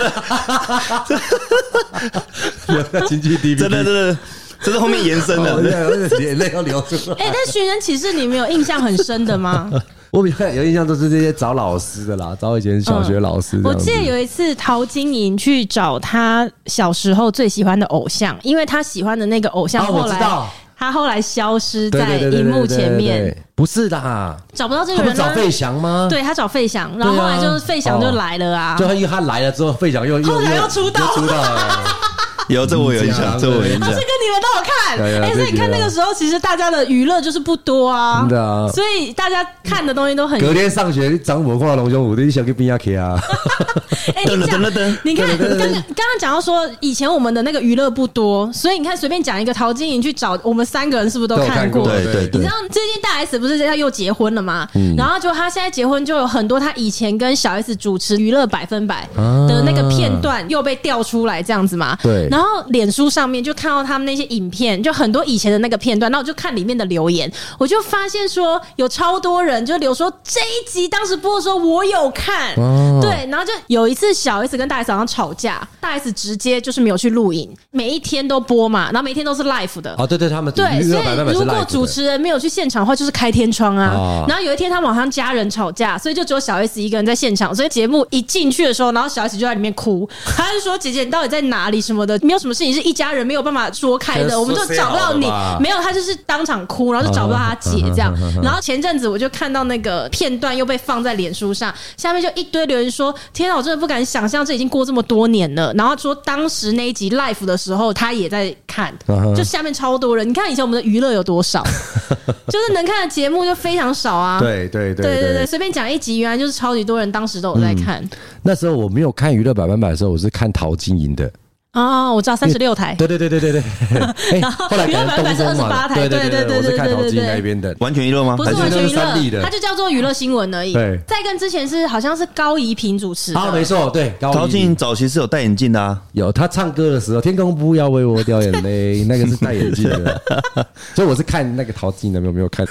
[SPEAKER 3] 真 的，经济 DVD，
[SPEAKER 1] 真的真的，这是后面延伸
[SPEAKER 3] 哦
[SPEAKER 1] 的，
[SPEAKER 3] 的，眼泪要流出来。
[SPEAKER 2] 哎、但《寻人启事》你们有印象很深的吗？
[SPEAKER 3] 我比 较有印象都是这些找老师的啦，找以前小学老师
[SPEAKER 2] 嗯
[SPEAKER 3] 这
[SPEAKER 2] 我
[SPEAKER 3] 样子。
[SPEAKER 2] 记得有一次陶晶莹去找她小时候最喜欢的偶像，因为她喜欢的那个偶像
[SPEAKER 3] 哦
[SPEAKER 2] 后
[SPEAKER 3] 我
[SPEAKER 2] 来
[SPEAKER 3] 知道
[SPEAKER 2] 她后来消失
[SPEAKER 3] 对
[SPEAKER 2] 在
[SPEAKER 3] 对对对
[SPEAKER 2] 荧幕前
[SPEAKER 3] 对对
[SPEAKER 2] 面
[SPEAKER 3] 对，不是的，
[SPEAKER 2] 找不到这
[SPEAKER 3] 他
[SPEAKER 2] 个
[SPEAKER 3] 不
[SPEAKER 2] 人
[SPEAKER 3] 找
[SPEAKER 2] 啊。
[SPEAKER 3] 费翔吗？，
[SPEAKER 2] 对她找费翔，然后
[SPEAKER 3] 对啊哦
[SPEAKER 2] 后来就是费翔就来了啊。
[SPEAKER 3] 就因为他来了之后，费翔又又
[SPEAKER 2] 后来又出道
[SPEAKER 3] 又出道了。
[SPEAKER 1] 有这我有印象，这我有印
[SPEAKER 2] 啊，这
[SPEAKER 1] 象
[SPEAKER 2] 个。你们都有看，
[SPEAKER 3] 对啊
[SPEAKER 2] 哎、
[SPEAKER 3] 对
[SPEAKER 2] 所以你看
[SPEAKER 3] 对
[SPEAKER 2] 那
[SPEAKER 3] 啊
[SPEAKER 2] 个时候，其实大家的娱乐就是不多啊，
[SPEAKER 3] 真的啊
[SPEAKER 2] 所以大家看的东西都很
[SPEAKER 3] 隔天上学，张伯跨龙兄虎弟想去边亚 K 啊，
[SPEAKER 2] 哎、你
[SPEAKER 1] 噔
[SPEAKER 2] 讲
[SPEAKER 1] 了噔了噔
[SPEAKER 2] 你看刚刚刚刚讲到说，以前我们的那个娱乐不多，所以你看随便讲一个陶晶莹去找我们三个人是不是都
[SPEAKER 3] 都有
[SPEAKER 2] 看
[SPEAKER 3] 看
[SPEAKER 2] 过？
[SPEAKER 3] 过
[SPEAKER 1] 对对
[SPEAKER 2] 你
[SPEAKER 1] 对嗯
[SPEAKER 2] 知道，最近大 S 不是要又结婚了吗？然后就她现在结婚，就有很多她以前跟小 S 主持《娱乐百分百》
[SPEAKER 1] 啊
[SPEAKER 2] 的那个片段又被调出来，这样子嘛。
[SPEAKER 3] 对
[SPEAKER 2] 然后脸书上面就看到他们那些影片，就很多以前的那个片段，那我就看里面的留言，我就发现说有超多人就留说这一集当时播的时候我有看，
[SPEAKER 1] 啊
[SPEAKER 3] 哦
[SPEAKER 2] 对，然后就有一次小 S 跟大 S 好像吵架，大 S 直接就是没有去录影，每一天都播嘛，然后每一天都是 live 的。
[SPEAKER 3] 啊，对对，他们
[SPEAKER 2] 对，
[SPEAKER 3] 娱
[SPEAKER 2] 所
[SPEAKER 3] 乐百分百
[SPEAKER 2] 以
[SPEAKER 3] 是
[SPEAKER 2] 如果
[SPEAKER 3] live 的
[SPEAKER 2] 主持人没有去现场的话，就是开天窗啊
[SPEAKER 3] 啊。
[SPEAKER 2] 然后有一天他们好像家人吵架，所以就只有小 S 一个人在现场。所以节目一进去的时候，然后小 S 就在里面哭，她就说：“姐姐，你到底在哪里？什么的，没有什么事情是一家人没有办法说开的，我们就找不到你。没有，他就是当场哭，然后就找不 到他姐这样。然后前阵子我就看到那个片段又被放在脸书上，下面就一堆留言说：“天啊，我真的不敢想象这已经过这么多年了。”然后说当时那一集 l i f e 的时候，他也在看，就下面超多人。你看以前我们的娱乐有多少，就是能看的节目就非常少啊。
[SPEAKER 3] 对对对
[SPEAKER 2] 对对对，随便讲一集，原来就是超级多人当时都有在看。
[SPEAKER 3] 那时候我没有看娱乐百分百的时候，我是看陶晶莹的。
[SPEAKER 2] 哦，我知道三十六台。
[SPEAKER 3] 对对对对 对对。哎，后来改成东风嘛。对对对对，我是看陶晶莹那边的。
[SPEAKER 1] 完全娱乐吗？
[SPEAKER 2] 不是啊
[SPEAKER 1] 还
[SPEAKER 2] 完全娱
[SPEAKER 3] 还是那是三 D
[SPEAKER 2] 乐，
[SPEAKER 3] 的
[SPEAKER 2] 它就叫做娱乐新闻而已。
[SPEAKER 3] 对
[SPEAKER 2] 再跟之前是好像是高怡平主持的，
[SPEAKER 3] 啊，没错，对，
[SPEAKER 1] 陶
[SPEAKER 3] 高
[SPEAKER 1] 晶
[SPEAKER 3] 进
[SPEAKER 1] 莹早期是有戴眼镜的啊，
[SPEAKER 3] 有他唱歌的时候，《天空不要为我掉眼 泪》，那个是戴眼镜的，所以我是看那个陶晶莹的，没有没 有看。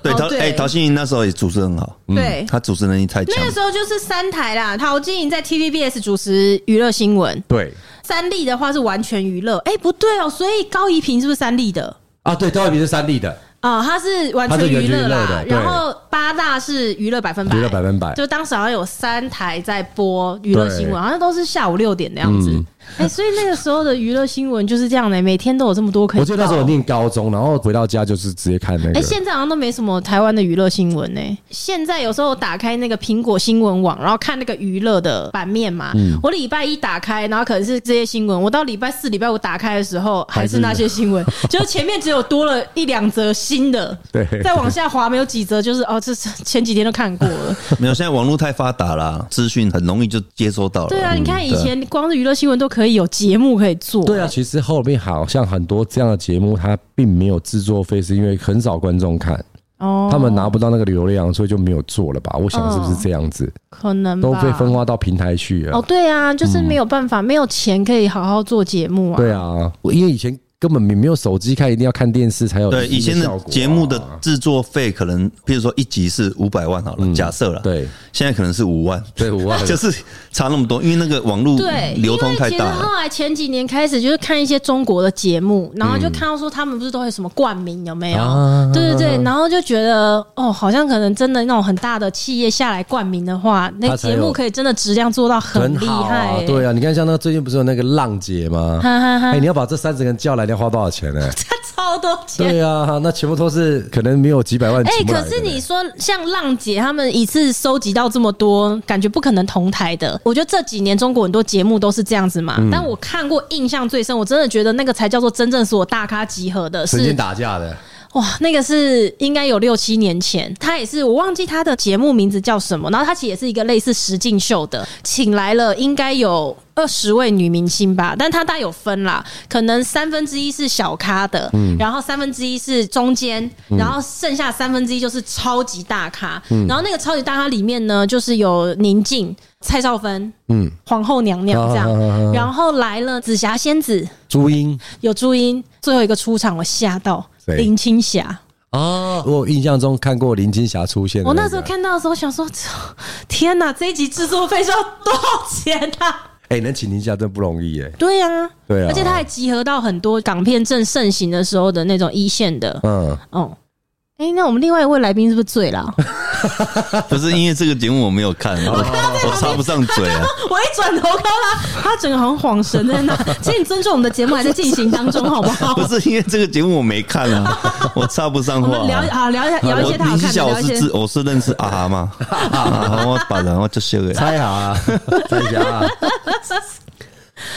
[SPEAKER 1] 对
[SPEAKER 2] 哦
[SPEAKER 1] 陶
[SPEAKER 2] 对
[SPEAKER 1] 哎陶晶莹那时候也主持很好，嗯
[SPEAKER 2] 对。啊
[SPEAKER 1] 她主持能力太强
[SPEAKER 2] 那个。时候就是三台啦，陶晶莹在 TVBS 主持娱乐新闻，
[SPEAKER 3] 对
[SPEAKER 2] 三立的话是完全娱乐。哎、不对哦，所以高怡平是不是三立的？
[SPEAKER 3] 啊，对，高一平是三 D 的，
[SPEAKER 2] 啊、他是完
[SPEAKER 3] 它
[SPEAKER 2] 全
[SPEAKER 3] 是
[SPEAKER 2] 娱乐
[SPEAKER 3] 娱乐
[SPEAKER 2] 啦
[SPEAKER 3] 的。对
[SPEAKER 2] 然后八大是娱乐百分百，
[SPEAKER 3] 娱乐百分百
[SPEAKER 2] 就当时好像有三台在播娱乐新闻，
[SPEAKER 3] 对嗯
[SPEAKER 2] 好像都是下午六点的样子。哎、所以那个时候的娱乐新闻就是这样的、每天都有这么多可以报。
[SPEAKER 3] 我记得那时候我念高中，然后回到家就是直接看那
[SPEAKER 2] 哎、
[SPEAKER 3] 个。
[SPEAKER 2] 现在好像都没什么台湾的娱乐新闻呢、现在有时候打开那个苹果新闻网，然后看那个娱乐的版面嘛。
[SPEAKER 3] 嗯
[SPEAKER 2] 我礼拜一打开，然后可能是这些新闻；我到礼拜四、礼拜五打开的时候，还是那些新 闻，就是前面只有多了一两则新的。
[SPEAKER 3] 对
[SPEAKER 2] 再往下滑没有几则，就是哦，这这前几天都看过
[SPEAKER 3] 嗯
[SPEAKER 2] 了。
[SPEAKER 1] 没有，现在网络太发达了，资讯很容易就接收到了。
[SPEAKER 2] 对啊，你看
[SPEAKER 1] 嗯
[SPEAKER 2] 以前光是娱乐新闻都可以有节目可以做。
[SPEAKER 3] 对啊，其实后面好像很多这样的节目，它并没有制作费，是因为很少观众看，
[SPEAKER 2] 哦，嗯
[SPEAKER 3] 他们拿不到那个流量，所以就没有做了吧？我想是不是这样子，
[SPEAKER 2] 可能吧
[SPEAKER 3] 都被嗯分化到平台去了
[SPEAKER 2] 嗯哦，。对啊，就是没有办法，没有钱可以好好做节目啊。
[SPEAKER 3] 对啊，因为以前根本没有手机看，一定要看电视才有
[SPEAKER 1] 对以前
[SPEAKER 3] 效
[SPEAKER 1] 的
[SPEAKER 3] 果啊
[SPEAKER 1] 节目的制作费可能，譬如说一集是五百万好了，假设了，，
[SPEAKER 3] 嗯对
[SPEAKER 1] 现在可能是五万，
[SPEAKER 3] 对五万
[SPEAKER 1] 就是差那么多，因为那个网络
[SPEAKER 2] 对，
[SPEAKER 1] 流通
[SPEAKER 2] 因
[SPEAKER 1] 太
[SPEAKER 2] 为其实
[SPEAKER 1] 大了。
[SPEAKER 2] 后来前几年开始就是看一些中国的节目，然后就看到说他们不是都会什么冠名有没有？
[SPEAKER 3] 啊
[SPEAKER 2] 对对对，然后就觉得哦，好像可能真的那种很大的企业下来冠名的话，那
[SPEAKER 3] 它才
[SPEAKER 2] 节
[SPEAKER 3] 有
[SPEAKER 2] 目可以真的质量做到
[SPEAKER 3] 很
[SPEAKER 2] 厉
[SPEAKER 3] 好
[SPEAKER 2] 害、
[SPEAKER 3] 啊， 对啊，你看像那个最近不是有那个浪姐吗？
[SPEAKER 2] 哈哈哈
[SPEAKER 3] 哎，你要把这三十个人叫来，你要花多 少钱呢？
[SPEAKER 2] 他超多钱。
[SPEAKER 3] 对啊，那全部都是可能没有几百万
[SPEAKER 2] 哎、
[SPEAKER 3] 请不来
[SPEAKER 2] 可
[SPEAKER 3] 的。
[SPEAKER 2] 是你说像浪姐他们一次收集到这么多，感觉不可能同台的。我觉得这几年中国很多节目都是这样子嘛。
[SPEAKER 3] 嗯
[SPEAKER 2] 但我看过印象最深，我真的觉得那个才叫做真正所大咖集合的，
[SPEAKER 3] 神
[SPEAKER 2] 是
[SPEAKER 3] 仙打架的，
[SPEAKER 2] 哇，那个是应该有六七年前，他也是我忘记他的节目名字叫什么，然后他其实也是一个类似实境秀的，请来了应该有二十位女明星吧，但他大概有分啦，可能三分之一是小咖的，
[SPEAKER 3] 嗯
[SPEAKER 2] 然后三分之一是中间，然后剩下三分之一就是超级大咖，
[SPEAKER 3] 嗯
[SPEAKER 2] 然后那个超级大咖里面呢，就是有宁静、蔡少芬、嗯、皇后娘娘这样，
[SPEAKER 3] 啊啊啊啊
[SPEAKER 2] 然后来了紫霞仙子，
[SPEAKER 3] 朱茵
[SPEAKER 2] 有朱茵，最后一个出场我吓到
[SPEAKER 3] 谁
[SPEAKER 2] 林青霞。
[SPEAKER 3] 啊，我印象中看过林青霞出现的
[SPEAKER 2] 我
[SPEAKER 3] 个。
[SPEAKER 2] 哦那时候看到的时候想说，天哪，这一集制作费是要多少钱啊？
[SPEAKER 3] 哎，能请林青霞真不容易哎。
[SPEAKER 2] 对呀、
[SPEAKER 3] 对啊
[SPEAKER 2] 而且他还集合到很多港片正盛行的时候的那种一线的，
[SPEAKER 3] 嗯，
[SPEAKER 2] 哦、哎、那我们另外一位来宾是不是醉了啊？
[SPEAKER 1] 不是因为这个节目我没有 看，我我插不上嘴啊。
[SPEAKER 2] 我一转头看到他，他整个好像恍神在 那。请你尊重我们的节目还在进行当中，好不好？
[SPEAKER 1] 不是因为这个节目我没看 啊，我插不上
[SPEAKER 2] 我
[SPEAKER 1] 话
[SPEAKER 2] 们聊
[SPEAKER 1] 啊。
[SPEAKER 2] 啊聊一下聊一些
[SPEAKER 1] 我
[SPEAKER 2] 他好
[SPEAKER 1] 林夕
[SPEAKER 2] 看的，
[SPEAKER 1] 晓
[SPEAKER 2] 聊
[SPEAKER 1] 我
[SPEAKER 2] 一些
[SPEAKER 1] 是。知我是认识阿哈嘛， 啊我把人我就笑了。
[SPEAKER 3] 猜一下 啊，猜一下啊。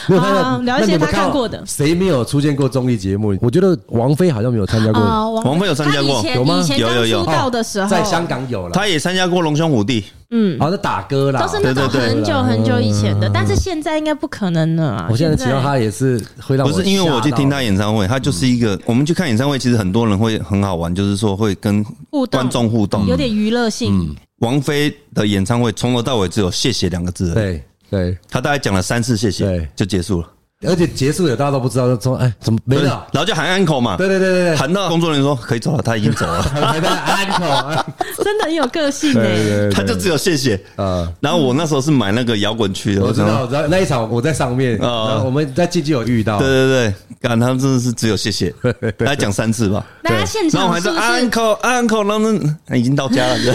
[SPEAKER 3] 没有
[SPEAKER 2] 好好聊一些啊他看过的
[SPEAKER 3] 谁没有出现过综艺节目？我觉得王菲好像没有参加 过，
[SPEAKER 2] 啊，王
[SPEAKER 1] 王菲有参加过
[SPEAKER 2] 他以前
[SPEAKER 3] 有吗
[SPEAKER 2] 以前
[SPEAKER 1] 有有有
[SPEAKER 2] 刚出道的时候，
[SPEAKER 3] 在香港有了。
[SPEAKER 1] 他也参加过《龙兄虎弟》，
[SPEAKER 2] 嗯，
[SPEAKER 3] 好像打歌啦
[SPEAKER 2] 都。是那种
[SPEAKER 1] 对对对
[SPEAKER 2] 很久很久以前的，但是现在应该不可能了啊。
[SPEAKER 3] 我现在提到他也是会让
[SPEAKER 1] 不是因为我去听他
[SPEAKER 3] 吓嗯
[SPEAKER 1] 演唱会，他就是一个我们去看演唱会，其实很多人会很好玩，就是说会跟
[SPEAKER 2] 互动
[SPEAKER 1] 观众互动。
[SPEAKER 2] 有点娱乐性。
[SPEAKER 1] 王菲的演唱会从头到尾只有“谢谢”两个字
[SPEAKER 3] 到，
[SPEAKER 1] 而已，
[SPEAKER 3] 对对，
[SPEAKER 1] 她大概讲了三次“谢谢
[SPEAKER 3] 对”
[SPEAKER 1] 就结束了。
[SPEAKER 3] 而且结束了大家都不知道说，哎，怎么没
[SPEAKER 1] 对，
[SPEAKER 3] 了
[SPEAKER 1] 然？后就喊 uncle 嘛，
[SPEAKER 3] 对对对对对，
[SPEAKER 1] 喊到工作人员说可以走了，他已经走了，
[SPEAKER 3] 还在安口，
[SPEAKER 2] 真的很有个性哎、
[SPEAKER 3] 对对 对，
[SPEAKER 1] 他就只有谢谢。
[SPEAKER 3] 啊。
[SPEAKER 1] 然后我那时候是买那个摇滚区的，
[SPEAKER 3] 我知
[SPEAKER 1] 然
[SPEAKER 3] 道，
[SPEAKER 1] 后
[SPEAKER 3] 我知道那一场我在上面，
[SPEAKER 1] 啊
[SPEAKER 3] 然后我们在进去有遇到，
[SPEAKER 1] 对对对，干他们真的是只有谢 谢，他讲三次吧。
[SPEAKER 2] 那他现
[SPEAKER 1] 然后我
[SPEAKER 2] 场
[SPEAKER 1] 还啊
[SPEAKER 2] 是
[SPEAKER 1] 在
[SPEAKER 2] 不是？
[SPEAKER 1] uncle uncle，然后那 他已经到家了，就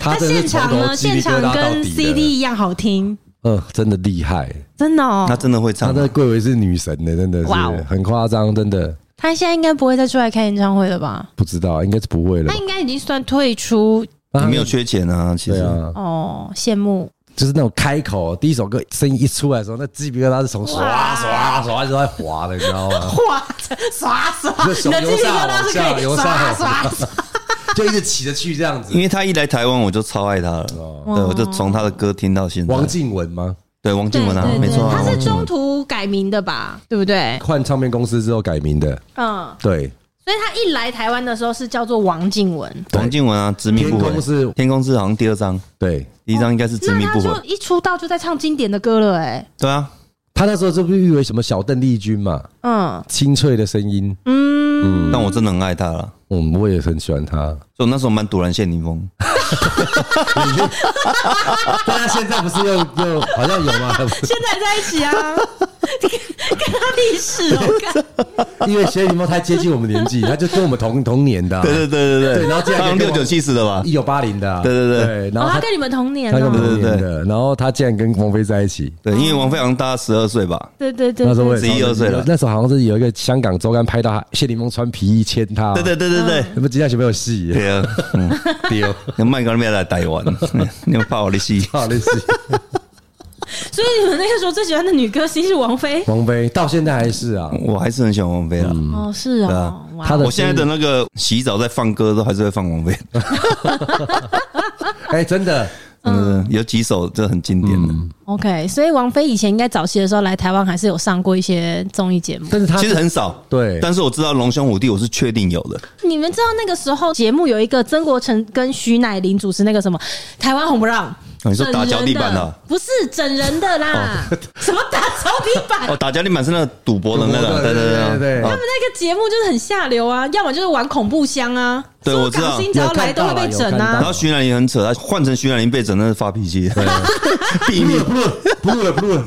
[SPEAKER 3] 他真的
[SPEAKER 2] 现
[SPEAKER 3] 是从
[SPEAKER 2] 场
[SPEAKER 3] 头
[SPEAKER 2] 呢？
[SPEAKER 3] 鸡
[SPEAKER 2] 现
[SPEAKER 3] 皮疙
[SPEAKER 2] 场
[SPEAKER 3] 瘩到
[SPEAKER 2] 跟
[SPEAKER 3] 底的
[SPEAKER 2] CD 一样好听，
[SPEAKER 3] 呃，真的厉害，
[SPEAKER 2] 真的哦
[SPEAKER 1] 他。真的会
[SPEAKER 3] 她
[SPEAKER 1] 唱。啊
[SPEAKER 3] 的贵为是女神的，真的是
[SPEAKER 2] 哇哦
[SPEAKER 3] 很夸张，真的
[SPEAKER 2] 他现在应该不会再出来开演唱会了吧？
[SPEAKER 3] 不知道，应该是不会了
[SPEAKER 2] 他。应该已经算退出
[SPEAKER 1] 也没有缺钱啊，其
[SPEAKER 3] 对
[SPEAKER 1] 实。
[SPEAKER 3] 啊，
[SPEAKER 2] 哦，羡慕。
[SPEAKER 3] 就是那种开口第一首歌声音一出来的时候，那鸡皮疙瘩是从唰唰唰一直在滑的，你知 道吗？
[SPEAKER 2] 哇，耍耍，
[SPEAKER 3] 就 手
[SPEAKER 2] 你的鸡皮
[SPEAKER 3] 由
[SPEAKER 2] 疙瘩
[SPEAKER 3] 上
[SPEAKER 2] 是
[SPEAKER 3] 往
[SPEAKER 2] 可
[SPEAKER 3] 下
[SPEAKER 2] 以
[SPEAKER 3] 由上
[SPEAKER 2] 耍
[SPEAKER 3] 往
[SPEAKER 2] 耍耍。
[SPEAKER 3] 就一直起着去这样
[SPEAKER 1] 因
[SPEAKER 3] 子。
[SPEAKER 1] 为他一来台湾，我就超爱他了。对，我就从他的歌听到现在。
[SPEAKER 3] 哦王静文吗？
[SPEAKER 1] 对王
[SPEAKER 2] 对
[SPEAKER 1] 静文啊，
[SPEAKER 2] 对
[SPEAKER 1] 没
[SPEAKER 2] 对，
[SPEAKER 1] 错啊，
[SPEAKER 2] 他是
[SPEAKER 1] 王静
[SPEAKER 2] 中
[SPEAKER 1] 文。
[SPEAKER 2] 途改名的吧？对不对？
[SPEAKER 3] 换唱片公司之后改名的，
[SPEAKER 2] 嗯，
[SPEAKER 3] 对，
[SPEAKER 2] 所以他一来台湾的时候是叫做王静文，
[SPEAKER 1] 王静文啊，执迷
[SPEAKER 3] 天
[SPEAKER 1] 不
[SPEAKER 3] 空
[SPEAKER 1] 悔。
[SPEAKER 3] 是，
[SPEAKER 1] 天空是好像第二张，
[SPEAKER 3] 对
[SPEAKER 1] 第一张应该是执
[SPEAKER 2] 哦那
[SPEAKER 1] 迷
[SPEAKER 2] 他
[SPEAKER 1] 不悔。
[SPEAKER 2] 就一出道就在唱经典的歌了，哎，
[SPEAKER 1] 对啊，
[SPEAKER 3] 他那时候就被誉为什么小邓丽君嘛，
[SPEAKER 2] 嗯
[SPEAKER 3] 清脆的声音，
[SPEAKER 2] 嗯，
[SPEAKER 1] 但我真的很爱他了。
[SPEAKER 3] 嗯，我也很喜欢他。
[SPEAKER 1] 所以我那时候蛮突然谢霆 锋，
[SPEAKER 3] 但他现在不是又又好像有吗？
[SPEAKER 2] 现在在一起啊，跟他历史哦，看
[SPEAKER 3] 因为谢霆锋太接近我们年纪，他就跟我们同同年的啊，
[SPEAKER 1] 对对对对
[SPEAKER 3] 对然后这
[SPEAKER 1] 他
[SPEAKER 3] 样
[SPEAKER 1] 好像
[SPEAKER 3] 跟
[SPEAKER 1] 六
[SPEAKER 3] 我
[SPEAKER 1] 九七十的吧
[SPEAKER 3] 一？九八零的啊，
[SPEAKER 1] 对对对
[SPEAKER 3] 对，然
[SPEAKER 2] 哦
[SPEAKER 3] 后
[SPEAKER 2] 他
[SPEAKER 3] 他
[SPEAKER 2] 跟你们同年
[SPEAKER 3] 他跟我们
[SPEAKER 2] 哦，
[SPEAKER 3] 同年的，然后他竟然跟王菲在一起。
[SPEAKER 1] 对，因为王菲好像大他十二岁吧？
[SPEAKER 2] 对对对，
[SPEAKER 3] 那时候我也
[SPEAKER 2] 对
[SPEAKER 1] 11
[SPEAKER 3] 超
[SPEAKER 1] 12岁了
[SPEAKER 3] 那时候好像是有一个香港周刊拍到他谢霆锋穿皮衣牵他，
[SPEAKER 1] 对对，对对对。
[SPEAKER 2] 嗯
[SPEAKER 3] 那不今天有没有戏？
[SPEAKER 1] 对啊，嗯，
[SPEAKER 3] 丢，
[SPEAKER 1] 你麦克没来台湾， 你们怕我的戏？
[SPEAKER 3] 好类似
[SPEAKER 2] 所以你们那个时候最喜欢的女歌星是王菲
[SPEAKER 3] 王菲，到现在还是啊，
[SPEAKER 1] 我还是很喜欢王菲啊。
[SPEAKER 2] 哦，是
[SPEAKER 1] 对
[SPEAKER 2] 哦
[SPEAKER 1] 啊，
[SPEAKER 2] 哇
[SPEAKER 3] 嗯她的
[SPEAKER 1] 我现在的那个洗澡在放歌都还是会放王菲，
[SPEAKER 3] 哎，真的，
[SPEAKER 1] 嗯，有几首这很经典的。
[SPEAKER 2] OK，所以王菲以前应该早期的时候来台湾还是有上过一些综艺节目。
[SPEAKER 3] 但是她
[SPEAKER 1] 其实很少，
[SPEAKER 3] 对
[SPEAKER 1] 但是我知道《龙兄虎弟》，我是确定有的。
[SPEAKER 2] 你们知道那个时候节目有一个曾国成跟徐乃麟主持那个什么台湾红不让。
[SPEAKER 1] 哦你说打脚底板的
[SPEAKER 2] 整人的？不是整人的啦，什么打脚底板？
[SPEAKER 1] 哦，打家里满是那个赌博的那
[SPEAKER 3] 赌博
[SPEAKER 1] 个，对
[SPEAKER 3] 的对
[SPEAKER 1] 对
[SPEAKER 3] 对对
[SPEAKER 1] 对，哦
[SPEAKER 2] 他们那个节目就是很下流啊，要么就是玩恐怖箱啊，
[SPEAKER 1] 对
[SPEAKER 2] 说
[SPEAKER 1] 我知道
[SPEAKER 2] 港星只要来都会被整
[SPEAKER 3] 有看到啦有看
[SPEAKER 1] 然
[SPEAKER 2] 啊
[SPEAKER 3] 到。
[SPEAKER 1] 后徐乃麟很扯，他换成徐乃麟被整，那是发脾 气，毙命
[SPEAKER 3] 不录了，不录了，不录了，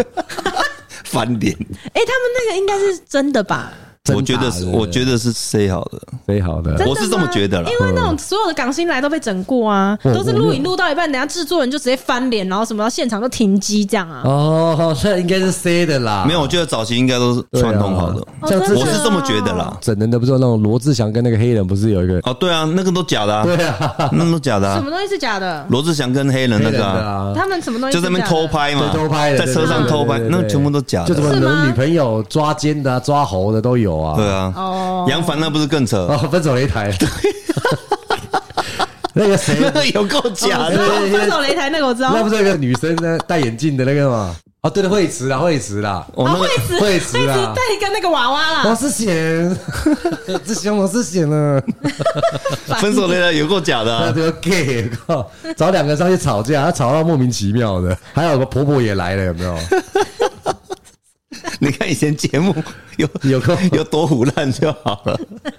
[SPEAKER 1] 翻脸。
[SPEAKER 2] 哎，他们那个应该是真的吧？
[SPEAKER 3] 真打
[SPEAKER 1] 我觉得
[SPEAKER 3] 对
[SPEAKER 1] 是，
[SPEAKER 3] 不对
[SPEAKER 1] 我觉得是 C 好的，
[SPEAKER 3] 最好的
[SPEAKER 2] 真。的
[SPEAKER 1] 我是这么
[SPEAKER 2] 吗
[SPEAKER 1] 觉得啦
[SPEAKER 2] 因为那种所有的港星来都被整过啊，
[SPEAKER 3] 嗯
[SPEAKER 2] 都是录影录到一半，等下制作人就直接翻脸，然后什么现场就停机这样啊。
[SPEAKER 3] 哦，那应该是 C 的啦，
[SPEAKER 1] 没有，我觉得早期应该都是
[SPEAKER 3] 对啊
[SPEAKER 1] 传统好的，
[SPEAKER 2] 哦真
[SPEAKER 3] 像
[SPEAKER 2] 的
[SPEAKER 3] 之
[SPEAKER 1] 我
[SPEAKER 3] 前
[SPEAKER 1] 是这么觉得啦。
[SPEAKER 3] 整人的不是有那种罗志祥跟那个黑人不是有一个
[SPEAKER 1] 哦，对啊，那个都假的，啊，
[SPEAKER 3] 对啊，
[SPEAKER 1] 那都假的。
[SPEAKER 2] 什
[SPEAKER 1] 啊。
[SPEAKER 2] 么东西是假的？
[SPEAKER 1] 罗志祥跟黑人
[SPEAKER 3] 黑
[SPEAKER 1] 那
[SPEAKER 3] 人的
[SPEAKER 1] 个啊，
[SPEAKER 3] 啊，
[SPEAKER 2] 他们什么东西
[SPEAKER 1] 就在那边偷
[SPEAKER 2] 是假的？
[SPEAKER 1] 拍嘛，
[SPEAKER 3] 对偷拍的
[SPEAKER 1] 在车上偷拍，
[SPEAKER 3] 对对对对
[SPEAKER 1] 那个全部都假
[SPEAKER 3] 就什么
[SPEAKER 1] 的。
[SPEAKER 2] 是吗
[SPEAKER 3] 女朋友抓奸的啊、抓猴的都有啊。
[SPEAKER 1] 对啊，
[SPEAKER 2] 哦，
[SPEAKER 1] 杨凡那不是更扯？
[SPEAKER 3] 哦，分手擂台，那个谁，
[SPEAKER 1] 那个有够假的。
[SPEAKER 2] 哦分手擂台那个我知道，
[SPEAKER 3] 那不是有个女生呢，戴眼镜的那个吗？哦，对对，惠慈啦，惠慈啦，
[SPEAKER 1] 我
[SPEAKER 2] 啊，
[SPEAKER 1] 那
[SPEAKER 2] 惠
[SPEAKER 1] 个
[SPEAKER 2] 子，
[SPEAKER 3] 惠子
[SPEAKER 2] 惠
[SPEAKER 3] 啊
[SPEAKER 2] 带一个那个娃娃
[SPEAKER 3] 王
[SPEAKER 2] 啦，
[SPEAKER 3] 思贤， 志雄，王思贤啊呢？
[SPEAKER 1] 分手擂台有够假的
[SPEAKER 3] 那
[SPEAKER 1] 啊。
[SPEAKER 3] 都 gay，靠，找两个上去吵架，他吵到莫名其妙的。还有个婆婆也来了，有没有？
[SPEAKER 1] 你看以前节目 有
[SPEAKER 3] 有空
[SPEAKER 1] 有多腐烂就好了。
[SPEAKER 3] 嗯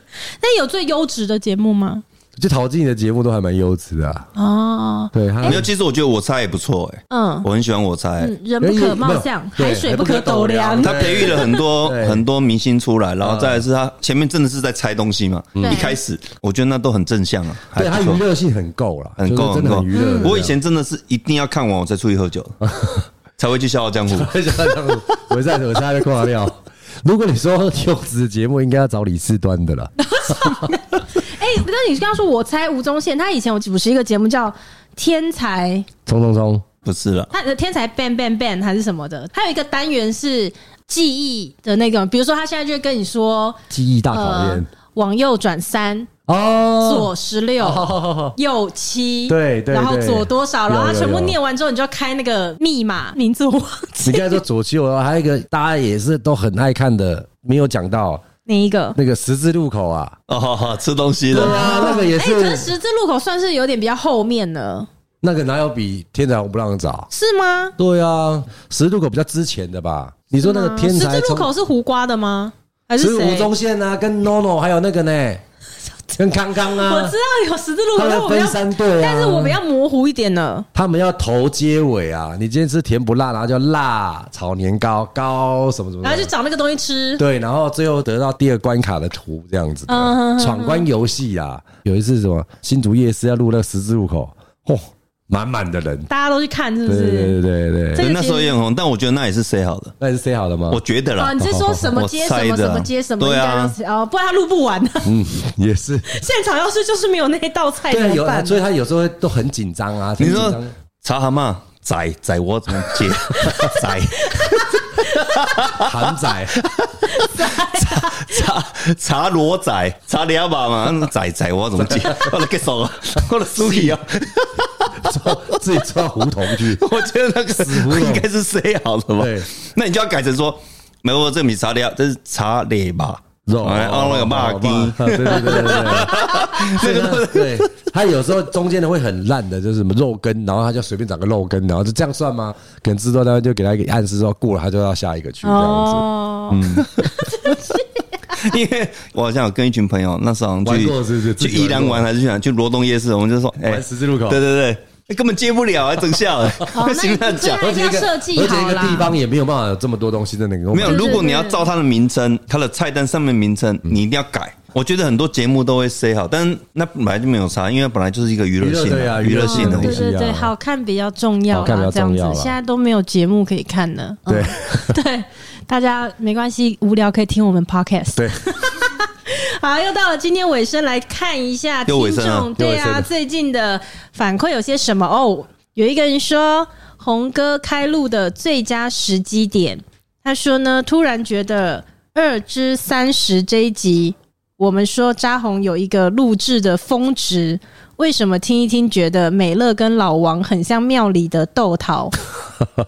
[SPEAKER 2] 那有最优质的节目吗？
[SPEAKER 3] 就陶晶莹的节目都还蛮优质的啊。
[SPEAKER 2] 哦，
[SPEAKER 3] 对，她
[SPEAKER 1] 没有，其实我觉得我猜也不错哎，
[SPEAKER 3] 哦
[SPEAKER 2] 嗯
[SPEAKER 1] 我很喜欢我猜。
[SPEAKER 2] 嗯，人不可貌相，
[SPEAKER 3] 对
[SPEAKER 2] 海水不可斗量
[SPEAKER 3] 对。
[SPEAKER 1] 他培育了很多
[SPEAKER 3] 对嗯
[SPEAKER 1] 很多明星出来，然后再来是他前面真的是在拆东西嘛。
[SPEAKER 2] 对
[SPEAKER 1] 一开始我觉得那都很正向啊，还
[SPEAKER 3] 对她
[SPEAKER 1] 不
[SPEAKER 3] 娱
[SPEAKER 1] 错，
[SPEAKER 3] 乐性很够了，
[SPEAKER 1] 很
[SPEAKER 3] 就是
[SPEAKER 1] 够
[SPEAKER 3] 真的
[SPEAKER 1] 够
[SPEAKER 3] 很娱乐。
[SPEAKER 1] 我以前真的是一定要看完我才出去喝酒，才会去《笑傲江湖》。
[SPEAKER 3] 我想到这样子我在我差点挂掉。如果你说 优质的节目，应该要找李四端的啦。
[SPEAKER 2] 哎，那你刚刚说我猜吴宗宪，他以前有主持一个节目叫《天才》，
[SPEAKER 3] 冲冲冲！
[SPEAKER 1] 不是 了，
[SPEAKER 2] 他的呃天才 ban ban ban 还是什么的，他有一个单元是记忆的那个，比如说他现在就会跟你说，呃
[SPEAKER 3] 记忆大考验，
[SPEAKER 2] 往右转三，
[SPEAKER 3] 哦，
[SPEAKER 2] 左十六， 右七，
[SPEAKER 3] 对对
[SPEAKER 2] 然后
[SPEAKER 3] 对
[SPEAKER 2] 左多少，然后他
[SPEAKER 3] 有有
[SPEAKER 2] 全部
[SPEAKER 3] 有
[SPEAKER 2] 念完之后，你就要开那个密码，名字我忘
[SPEAKER 3] 你
[SPEAKER 2] 记
[SPEAKER 3] 刚才说左七，我还有一个大家也是都很爱看的，没有讲到
[SPEAKER 2] 哪一个。
[SPEAKER 3] 那个十字路口啊，
[SPEAKER 1] 哦，吃东西
[SPEAKER 3] 对
[SPEAKER 1] 了。
[SPEAKER 3] 啊，那个也
[SPEAKER 2] 哎、可是
[SPEAKER 3] 是，
[SPEAKER 2] 十字路口算是有点比较后面了，
[SPEAKER 3] 那个哪有比天才红不让早？
[SPEAKER 2] 是吗？
[SPEAKER 3] 对啊，十字路口比较之前的吧？你说那个天才
[SPEAKER 2] 十字路
[SPEAKER 3] 冲
[SPEAKER 2] 口是胡瓜的吗？还
[SPEAKER 3] 是
[SPEAKER 2] 是
[SPEAKER 3] 吴
[SPEAKER 2] 谁？
[SPEAKER 3] 宗宪啊，跟 NONO 还有那个呢，跟康康
[SPEAKER 2] 我
[SPEAKER 3] 啊
[SPEAKER 2] 知，道有十字路
[SPEAKER 3] 他
[SPEAKER 2] 口，但
[SPEAKER 3] 们
[SPEAKER 2] 我们
[SPEAKER 3] 分
[SPEAKER 2] 要，
[SPEAKER 3] 三队啊，
[SPEAKER 2] 但是我们要模糊一点了。
[SPEAKER 3] 他们要头接尾啊！你今天吃甜不辣，然后叫辣炒年糕，糕什么什么的，
[SPEAKER 2] 然后就找那个东西吃。
[SPEAKER 3] 啊对，然后最后得到第二关卡的图这样子的
[SPEAKER 2] 嗯哼哼哼
[SPEAKER 3] 闯关游戏啊。有一次什么新竹夜市要录那个十字路口，嚯、满满的人。
[SPEAKER 2] 大家都去看是不
[SPEAKER 3] 对
[SPEAKER 2] 是？
[SPEAKER 3] 对对对对
[SPEAKER 2] 这
[SPEAKER 3] 对，
[SPEAKER 2] 个
[SPEAKER 1] 那时候也很红，但我觉得那也是 say 好的，
[SPEAKER 3] 那是 say 好的吗？
[SPEAKER 1] 我觉得
[SPEAKER 2] 啊，
[SPEAKER 1] 啦
[SPEAKER 3] 哦
[SPEAKER 2] 你。是说什么接
[SPEAKER 1] 我
[SPEAKER 2] 什
[SPEAKER 1] 猜
[SPEAKER 2] 么
[SPEAKER 1] 的
[SPEAKER 2] 什么接什么？
[SPEAKER 1] 对啊
[SPEAKER 2] 应该都是哦，不然他录不完。
[SPEAKER 3] 嗯 也是，
[SPEAKER 2] 现场要是就是没有那一道菜
[SPEAKER 3] 对啊，
[SPEAKER 2] 怎
[SPEAKER 3] 有
[SPEAKER 2] 么
[SPEAKER 3] 啊，
[SPEAKER 2] 办？
[SPEAKER 3] 所以他有时候会都很紧张啊。
[SPEAKER 1] 你
[SPEAKER 3] 很
[SPEAKER 1] 说
[SPEAKER 3] 紧张
[SPEAKER 1] 查蛤蟆宰宰我怎么 接宰
[SPEAKER 3] 韩仔，
[SPEAKER 1] 查查罗宰查两把 嘛宰宰我怎么接？我的 get 手啊，我的输体啊，
[SPEAKER 3] 做自己做到胡同去。
[SPEAKER 1] 我觉得那个
[SPEAKER 3] 胡同
[SPEAKER 1] 应该是 say 好的吧
[SPEAKER 3] 对？
[SPEAKER 1] 那你就要改成说，没有这米查两，这是查列吧。
[SPEAKER 3] 肉
[SPEAKER 1] 哎哦，那个骂鸡，
[SPEAKER 3] 对对对对对，所以呢，对他有时候中间的会很烂的，就是什么肉根，然后他就随便长个肉根，然后就这样算吗？可能制作单位就给他一个暗示，说过了他就要下一个去这样
[SPEAKER 2] 哦，
[SPEAKER 3] 嗯
[SPEAKER 1] 因为我好像有跟一群朋友，那时候好像
[SPEAKER 3] 玩过是不是
[SPEAKER 1] 去
[SPEAKER 3] 自
[SPEAKER 1] 去
[SPEAKER 3] 己玩过
[SPEAKER 1] 宜兰玩还是去哪？去罗东夜市，我们就说，哎、
[SPEAKER 3] 玩十字路口
[SPEAKER 1] 对对对，根本接不了，哎还整笑了，
[SPEAKER 2] 哦那你
[SPEAKER 1] 他讲。
[SPEAKER 2] 对
[SPEAKER 3] 子。
[SPEAKER 2] 啊要设计
[SPEAKER 3] 而且一
[SPEAKER 2] 好
[SPEAKER 3] 个
[SPEAKER 2] 啦嗯
[SPEAKER 3] 地方也没有办法有这么多东西在那个
[SPEAKER 1] 没有，
[SPEAKER 2] 对对
[SPEAKER 1] 如果你要照它的名称，它的菜单上面名称，你一定要改。我觉得很多节目都会 say 好，但那本来就没有差，因为本来就是一个娱乐性
[SPEAKER 3] 娱乐对啊
[SPEAKER 1] 的娱乐性的
[SPEAKER 3] 娱乐
[SPEAKER 1] 东
[SPEAKER 2] 对
[SPEAKER 1] 西。
[SPEAKER 2] 对对，好看比较重要
[SPEAKER 3] 好看比
[SPEAKER 2] 啦
[SPEAKER 3] 较，
[SPEAKER 2] 这样
[SPEAKER 3] 重
[SPEAKER 2] 子
[SPEAKER 3] 要啦
[SPEAKER 2] 现在都没有节目可以看了。嗯
[SPEAKER 3] 对
[SPEAKER 2] 对，大家没关系，无聊可以听我们 podcast。
[SPEAKER 3] 对，
[SPEAKER 2] 好，又到了今天尾声，来看一下听
[SPEAKER 1] 又尾声了
[SPEAKER 2] 众对
[SPEAKER 3] 又尾声
[SPEAKER 2] 啊
[SPEAKER 3] 了
[SPEAKER 2] 最近的反馈有些什么哦。有一个人说，红哥开录的最佳时机点，他说呢，突然觉得二之三十这一集，我们说扎红有一个录制的峰值，为什么听一听觉得美乐跟老王很像庙里的豆桃，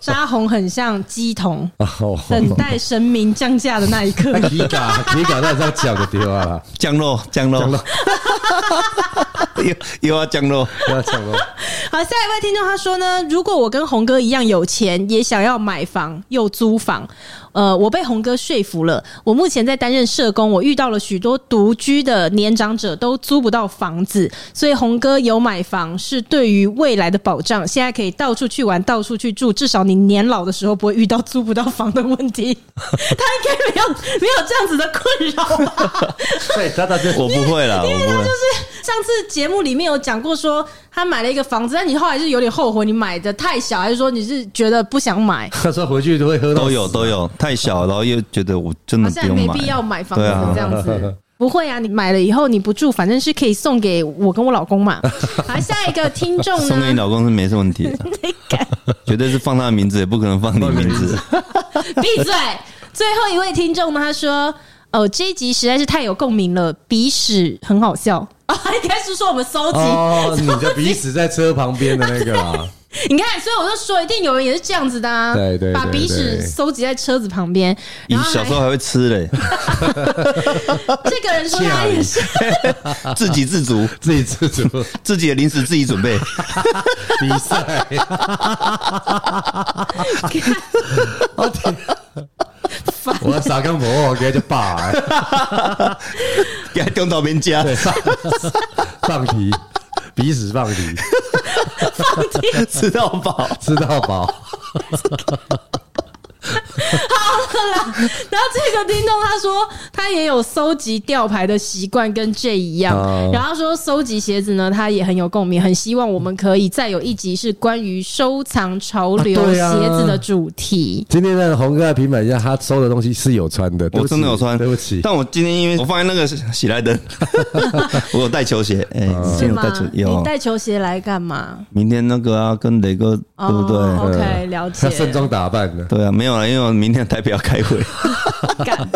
[SPEAKER 2] 扎红很像鸡童，
[SPEAKER 3] 哦，
[SPEAKER 2] 等待神明降价的那一刻。
[SPEAKER 3] 皮卡皮卡那是要讲的地方啦，
[SPEAKER 1] 降落，降落， 又又要降落，
[SPEAKER 3] 不要讲了。
[SPEAKER 2] 好，下一位听众他说呢，如果我跟红哥一样有钱，也想要买房又租房，呃，我被红哥说服了。我目前在担任社工，我遇到了许多独居的年长者都租不到房子，所以红哥有买房是对于未来的保障。现在可以到处去玩，到处去住，至少你年老的时候不会遇到租不到房的问题。 他应该没有没有这样子的困扰吧？
[SPEAKER 3] 对，哎他他就
[SPEAKER 1] 我不会 啦，我不会。
[SPEAKER 2] 上次节目里面有讲过说他买了一个房子，但你后来是有点后悔，你买的太小，还是说你是觉得不 想买？
[SPEAKER 3] 他说回去都会喝到
[SPEAKER 1] 都有都有，太小，然后又觉得我真
[SPEAKER 2] 好
[SPEAKER 1] 的
[SPEAKER 2] 像
[SPEAKER 1] 不
[SPEAKER 2] 也
[SPEAKER 1] 用
[SPEAKER 2] 没
[SPEAKER 1] 买，
[SPEAKER 2] 必要买房子
[SPEAKER 1] 对啊
[SPEAKER 2] 这样子。不会啊，你买了以后你不住，反正是可以送给我跟我老 公嘛。好，下一个听众
[SPEAKER 1] 送给你
[SPEAKER 2] 呢？
[SPEAKER 1] 老公是没什么问题的，绝对是放他的名字，也不可能放你名字。
[SPEAKER 2] 闭嘴！最后一位听众呢？他说：“哦，这一集实在是太有共鸣了，鼻屎很好笑 啊！应该是说我们收集，
[SPEAKER 3] 哦，你的鼻屎在车旁边的那个 啦，
[SPEAKER 2] 你看，所以我就说，一定有人也是这样子的啊，
[SPEAKER 3] 对对对
[SPEAKER 2] 把鼻
[SPEAKER 3] 对
[SPEAKER 2] 屎收集在车子旁边。
[SPEAKER 1] 你
[SPEAKER 2] 然后
[SPEAKER 1] 小时候还会吃嘞，
[SPEAKER 2] 这个人说他也是，
[SPEAKER 1] 自给自足，
[SPEAKER 3] 自己自主
[SPEAKER 1] 自己的零食自己准 备。
[SPEAKER 3] 比 赛。我哦天！我傻跟婆我给他就爆了，
[SPEAKER 1] 给他丢到边家，
[SPEAKER 3] 放题，鼻屎放题，
[SPEAKER 1] 吃到饱。
[SPEAKER 3] 吃到饱。
[SPEAKER 2] 然后这个听众他说他也有收集吊牌的习惯，跟 J 一样。
[SPEAKER 3] 哦
[SPEAKER 2] 然后他说收集鞋子呢，他也很有共鸣，很希望我们可以再有一集是关于收藏潮流
[SPEAKER 3] 啊对啊
[SPEAKER 2] 鞋子的主题。
[SPEAKER 3] 今天让红哥来平反一下，他收的东西是有穿的，对
[SPEAKER 1] 我
[SPEAKER 3] 不起
[SPEAKER 1] 真的有穿，
[SPEAKER 3] 对不起。
[SPEAKER 1] 但我今天因为我放在那个喜来 登，我有带球鞋，哎，
[SPEAKER 3] 啊
[SPEAKER 1] 今天
[SPEAKER 2] 是
[SPEAKER 1] 有
[SPEAKER 2] 吗
[SPEAKER 1] 带球？
[SPEAKER 2] 你
[SPEAKER 1] 有。
[SPEAKER 2] 带球鞋来干嘛？
[SPEAKER 1] 明天那个啊，跟雷哥对不
[SPEAKER 2] 哦
[SPEAKER 1] 对？
[SPEAKER 2] OK，了解
[SPEAKER 3] 他盛装打扮的，
[SPEAKER 1] 对啊，没有了，因为我明天代表要开 会。
[SPEAKER 2] 干，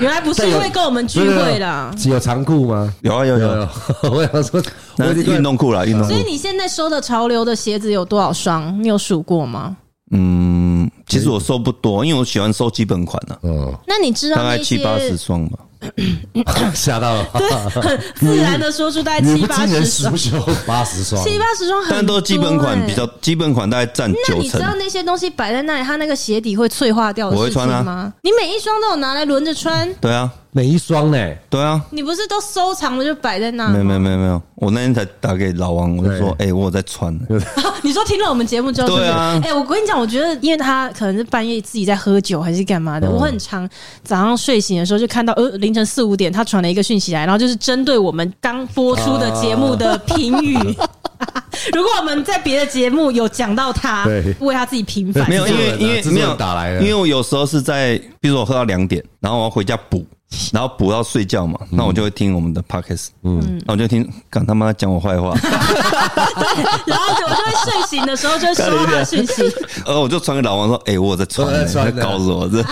[SPEAKER 2] 原来不是
[SPEAKER 3] 但有
[SPEAKER 2] 因为跟我们聚会啦。
[SPEAKER 3] 没有有长裤吗？
[SPEAKER 1] 有啊有有，，
[SPEAKER 3] 我想说，
[SPEAKER 1] 那
[SPEAKER 3] 我
[SPEAKER 1] 是运动裤啦，运动裤
[SPEAKER 2] 所以。你现在收的潮流的鞋子有多少双？你有数过吗？
[SPEAKER 1] 嗯，其实我收不多，因为我喜欢收基本款啊，
[SPEAKER 3] 哦，
[SPEAKER 2] 那你知道
[SPEAKER 1] 大
[SPEAKER 2] 那
[SPEAKER 1] 概
[SPEAKER 2] 些
[SPEAKER 1] 七八十双吧。
[SPEAKER 3] 吓到了，
[SPEAKER 2] 自然的说出大概
[SPEAKER 3] 女
[SPEAKER 2] 七
[SPEAKER 3] 不
[SPEAKER 2] 八
[SPEAKER 3] 知人
[SPEAKER 2] 十
[SPEAKER 3] 熟
[SPEAKER 2] 双，
[SPEAKER 3] 修 八十双，
[SPEAKER 2] 七八十双很多、欸
[SPEAKER 1] 但都是基本款比较。，基本款大概占
[SPEAKER 2] 那
[SPEAKER 1] 九
[SPEAKER 2] 你知
[SPEAKER 1] 成。
[SPEAKER 2] 道那些东西摆在那里，它那个鞋底会脆化掉的
[SPEAKER 1] 我会
[SPEAKER 2] 事情
[SPEAKER 1] 穿啊
[SPEAKER 2] 吗？你每一双都有拿来轮着穿，
[SPEAKER 1] 对啊，
[SPEAKER 3] 每一双呢，
[SPEAKER 1] 对啊，
[SPEAKER 2] 你不是都收藏了就摆在那？
[SPEAKER 1] 没有没有没有没有，我那天才打给老王，我就说，哎、我有在穿，
[SPEAKER 2] 你说听了我们节目之后，
[SPEAKER 1] 对啊
[SPEAKER 2] 就是哎、我跟你讲，我觉得，因为他可能是半夜自己在喝酒还是干嘛的，我很常早上睡醒的时候就看到，呃，凌晨四五点他传了一个讯息来，然后就是针对我们刚播出的节目的评语。 如果我们在别的节目有讲到他
[SPEAKER 3] 对，
[SPEAKER 2] 为他自己平 反，
[SPEAKER 1] 没有，因为因为
[SPEAKER 4] 制作人啊制作
[SPEAKER 1] 没有
[SPEAKER 4] 人打来了
[SPEAKER 1] 因为我有时候是在，比如说我喝到两点，然后我要回家补，然后补到睡觉嘛，那我就会听我们的 podcast，嗯，那我就听，敢他妈讲我坏话，
[SPEAKER 2] 然后我就会睡醒的时候就会收到他的 讯息，
[SPEAKER 1] 然呃后我就传给老王说，哎，我有在传
[SPEAKER 4] 我有
[SPEAKER 1] 欸，
[SPEAKER 4] 在传
[SPEAKER 1] 在
[SPEAKER 4] 的
[SPEAKER 1] 搞死我这，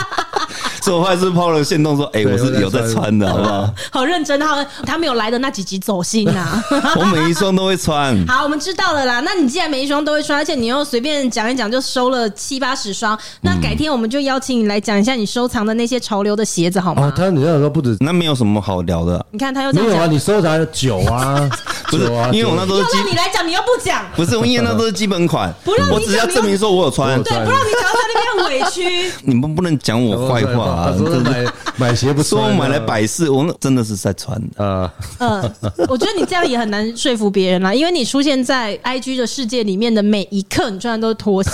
[SPEAKER 1] 所以我还是抛了个线动说，哎，我是有在穿的，好不好？
[SPEAKER 2] 好认真。他他没有来的那几集走心啊。
[SPEAKER 1] 我每一双都会穿，
[SPEAKER 2] 好，我们知道了啦。那你既然每一双都会穿，而且你又随便讲一讲就收了七八十双，那改天我们就邀请你来讲一下你收藏的那些潮流的鞋子好吗？
[SPEAKER 3] 哦，他你那时候不止
[SPEAKER 1] 那没有什么好聊的，
[SPEAKER 2] 你看他又这
[SPEAKER 3] 没
[SPEAKER 2] 样
[SPEAKER 3] 有
[SPEAKER 2] 讲，
[SPEAKER 3] 啊，你收藏了酒啊，
[SPEAKER 1] 不是
[SPEAKER 3] 酒啊，
[SPEAKER 1] 因为我那
[SPEAKER 3] 酒
[SPEAKER 1] 都是
[SPEAKER 2] 又
[SPEAKER 1] 基
[SPEAKER 2] 让你来讲，你又不讲，
[SPEAKER 1] 不是，因为那都是基本款
[SPEAKER 2] 不让，你
[SPEAKER 1] 我只要
[SPEAKER 2] 讲你
[SPEAKER 1] 证明说我有穿
[SPEAKER 3] 我，
[SPEAKER 2] 对，不让你讲到那边委屈。
[SPEAKER 1] 你们不能讲我坏话啊！
[SPEAKER 3] 我说
[SPEAKER 1] 真的
[SPEAKER 3] 买买鞋不
[SPEAKER 1] 说我
[SPEAKER 3] 穿啊
[SPEAKER 1] 买来百事，我那真的是在穿啊的。
[SPEAKER 3] 呃，
[SPEAKER 2] 嗯，我觉得你这样也很难说服别人啦，因为你出现在 IG 的世界里面的每一刻，你穿的都是拖鞋。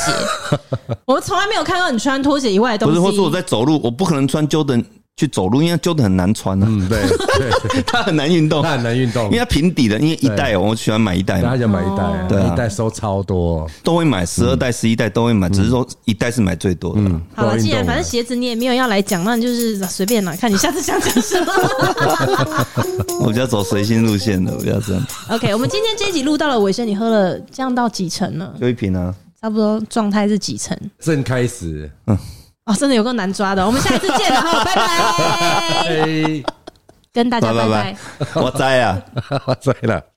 [SPEAKER 2] 我从来没有看到你穿拖鞋以外的
[SPEAKER 1] 不
[SPEAKER 2] 东
[SPEAKER 1] 是，
[SPEAKER 2] 西。
[SPEAKER 1] 或者我在走路，我不可能穿 Jordan 去走路，因为 Jordan 很难穿啊，
[SPEAKER 3] 嗯，对 对，
[SPEAKER 1] 它很难运动，
[SPEAKER 3] 他很难运动
[SPEAKER 1] 因为，它平底的，因为一代哦，我喜欢买一代
[SPEAKER 3] 大家
[SPEAKER 1] 嘛，
[SPEAKER 3] 就买一袋啊，
[SPEAKER 1] 对啊
[SPEAKER 3] 一袋收超多，
[SPEAKER 1] 都会买十二代、十一代都会
[SPEAKER 3] 嗯
[SPEAKER 1] 买，只是说一代是买最多的啦。
[SPEAKER 2] 好了，
[SPEAKER 3] 不运
[SPEAKER 2] 既
[SPEAKER 3] 动
[SPEAKER 2] 然
[SPEAKER 3] 啊
[SPEAKER 2] 反正鞋子你也没有要来讲，那你就是随便啦，看你下次想讲什么。
[SPEAKER 1] 我比较走随心路线的，我比较这样，
[SPEAKER 2] OK，我们今天这一集录到了尾声，你喝了降到几成呢？
[SPEAKER 1] 就一瓶啊。
[SPEAKER 2] 差不多状态是几成？
[SPEAKER 3] 正开始，
[SPEAKER 2] 哦，真的有够难抓的。我们下一次见了哈，拜拜，
[SPEAKER 3] 哎，
[SPEAKER 2] 跟大家
[SPEAKER 1] 拜
[SPEAKER 2] 拜拜
[SPEAKER 1] 拜。拜，我在啊。
[SPEAKER 3] 我醉了。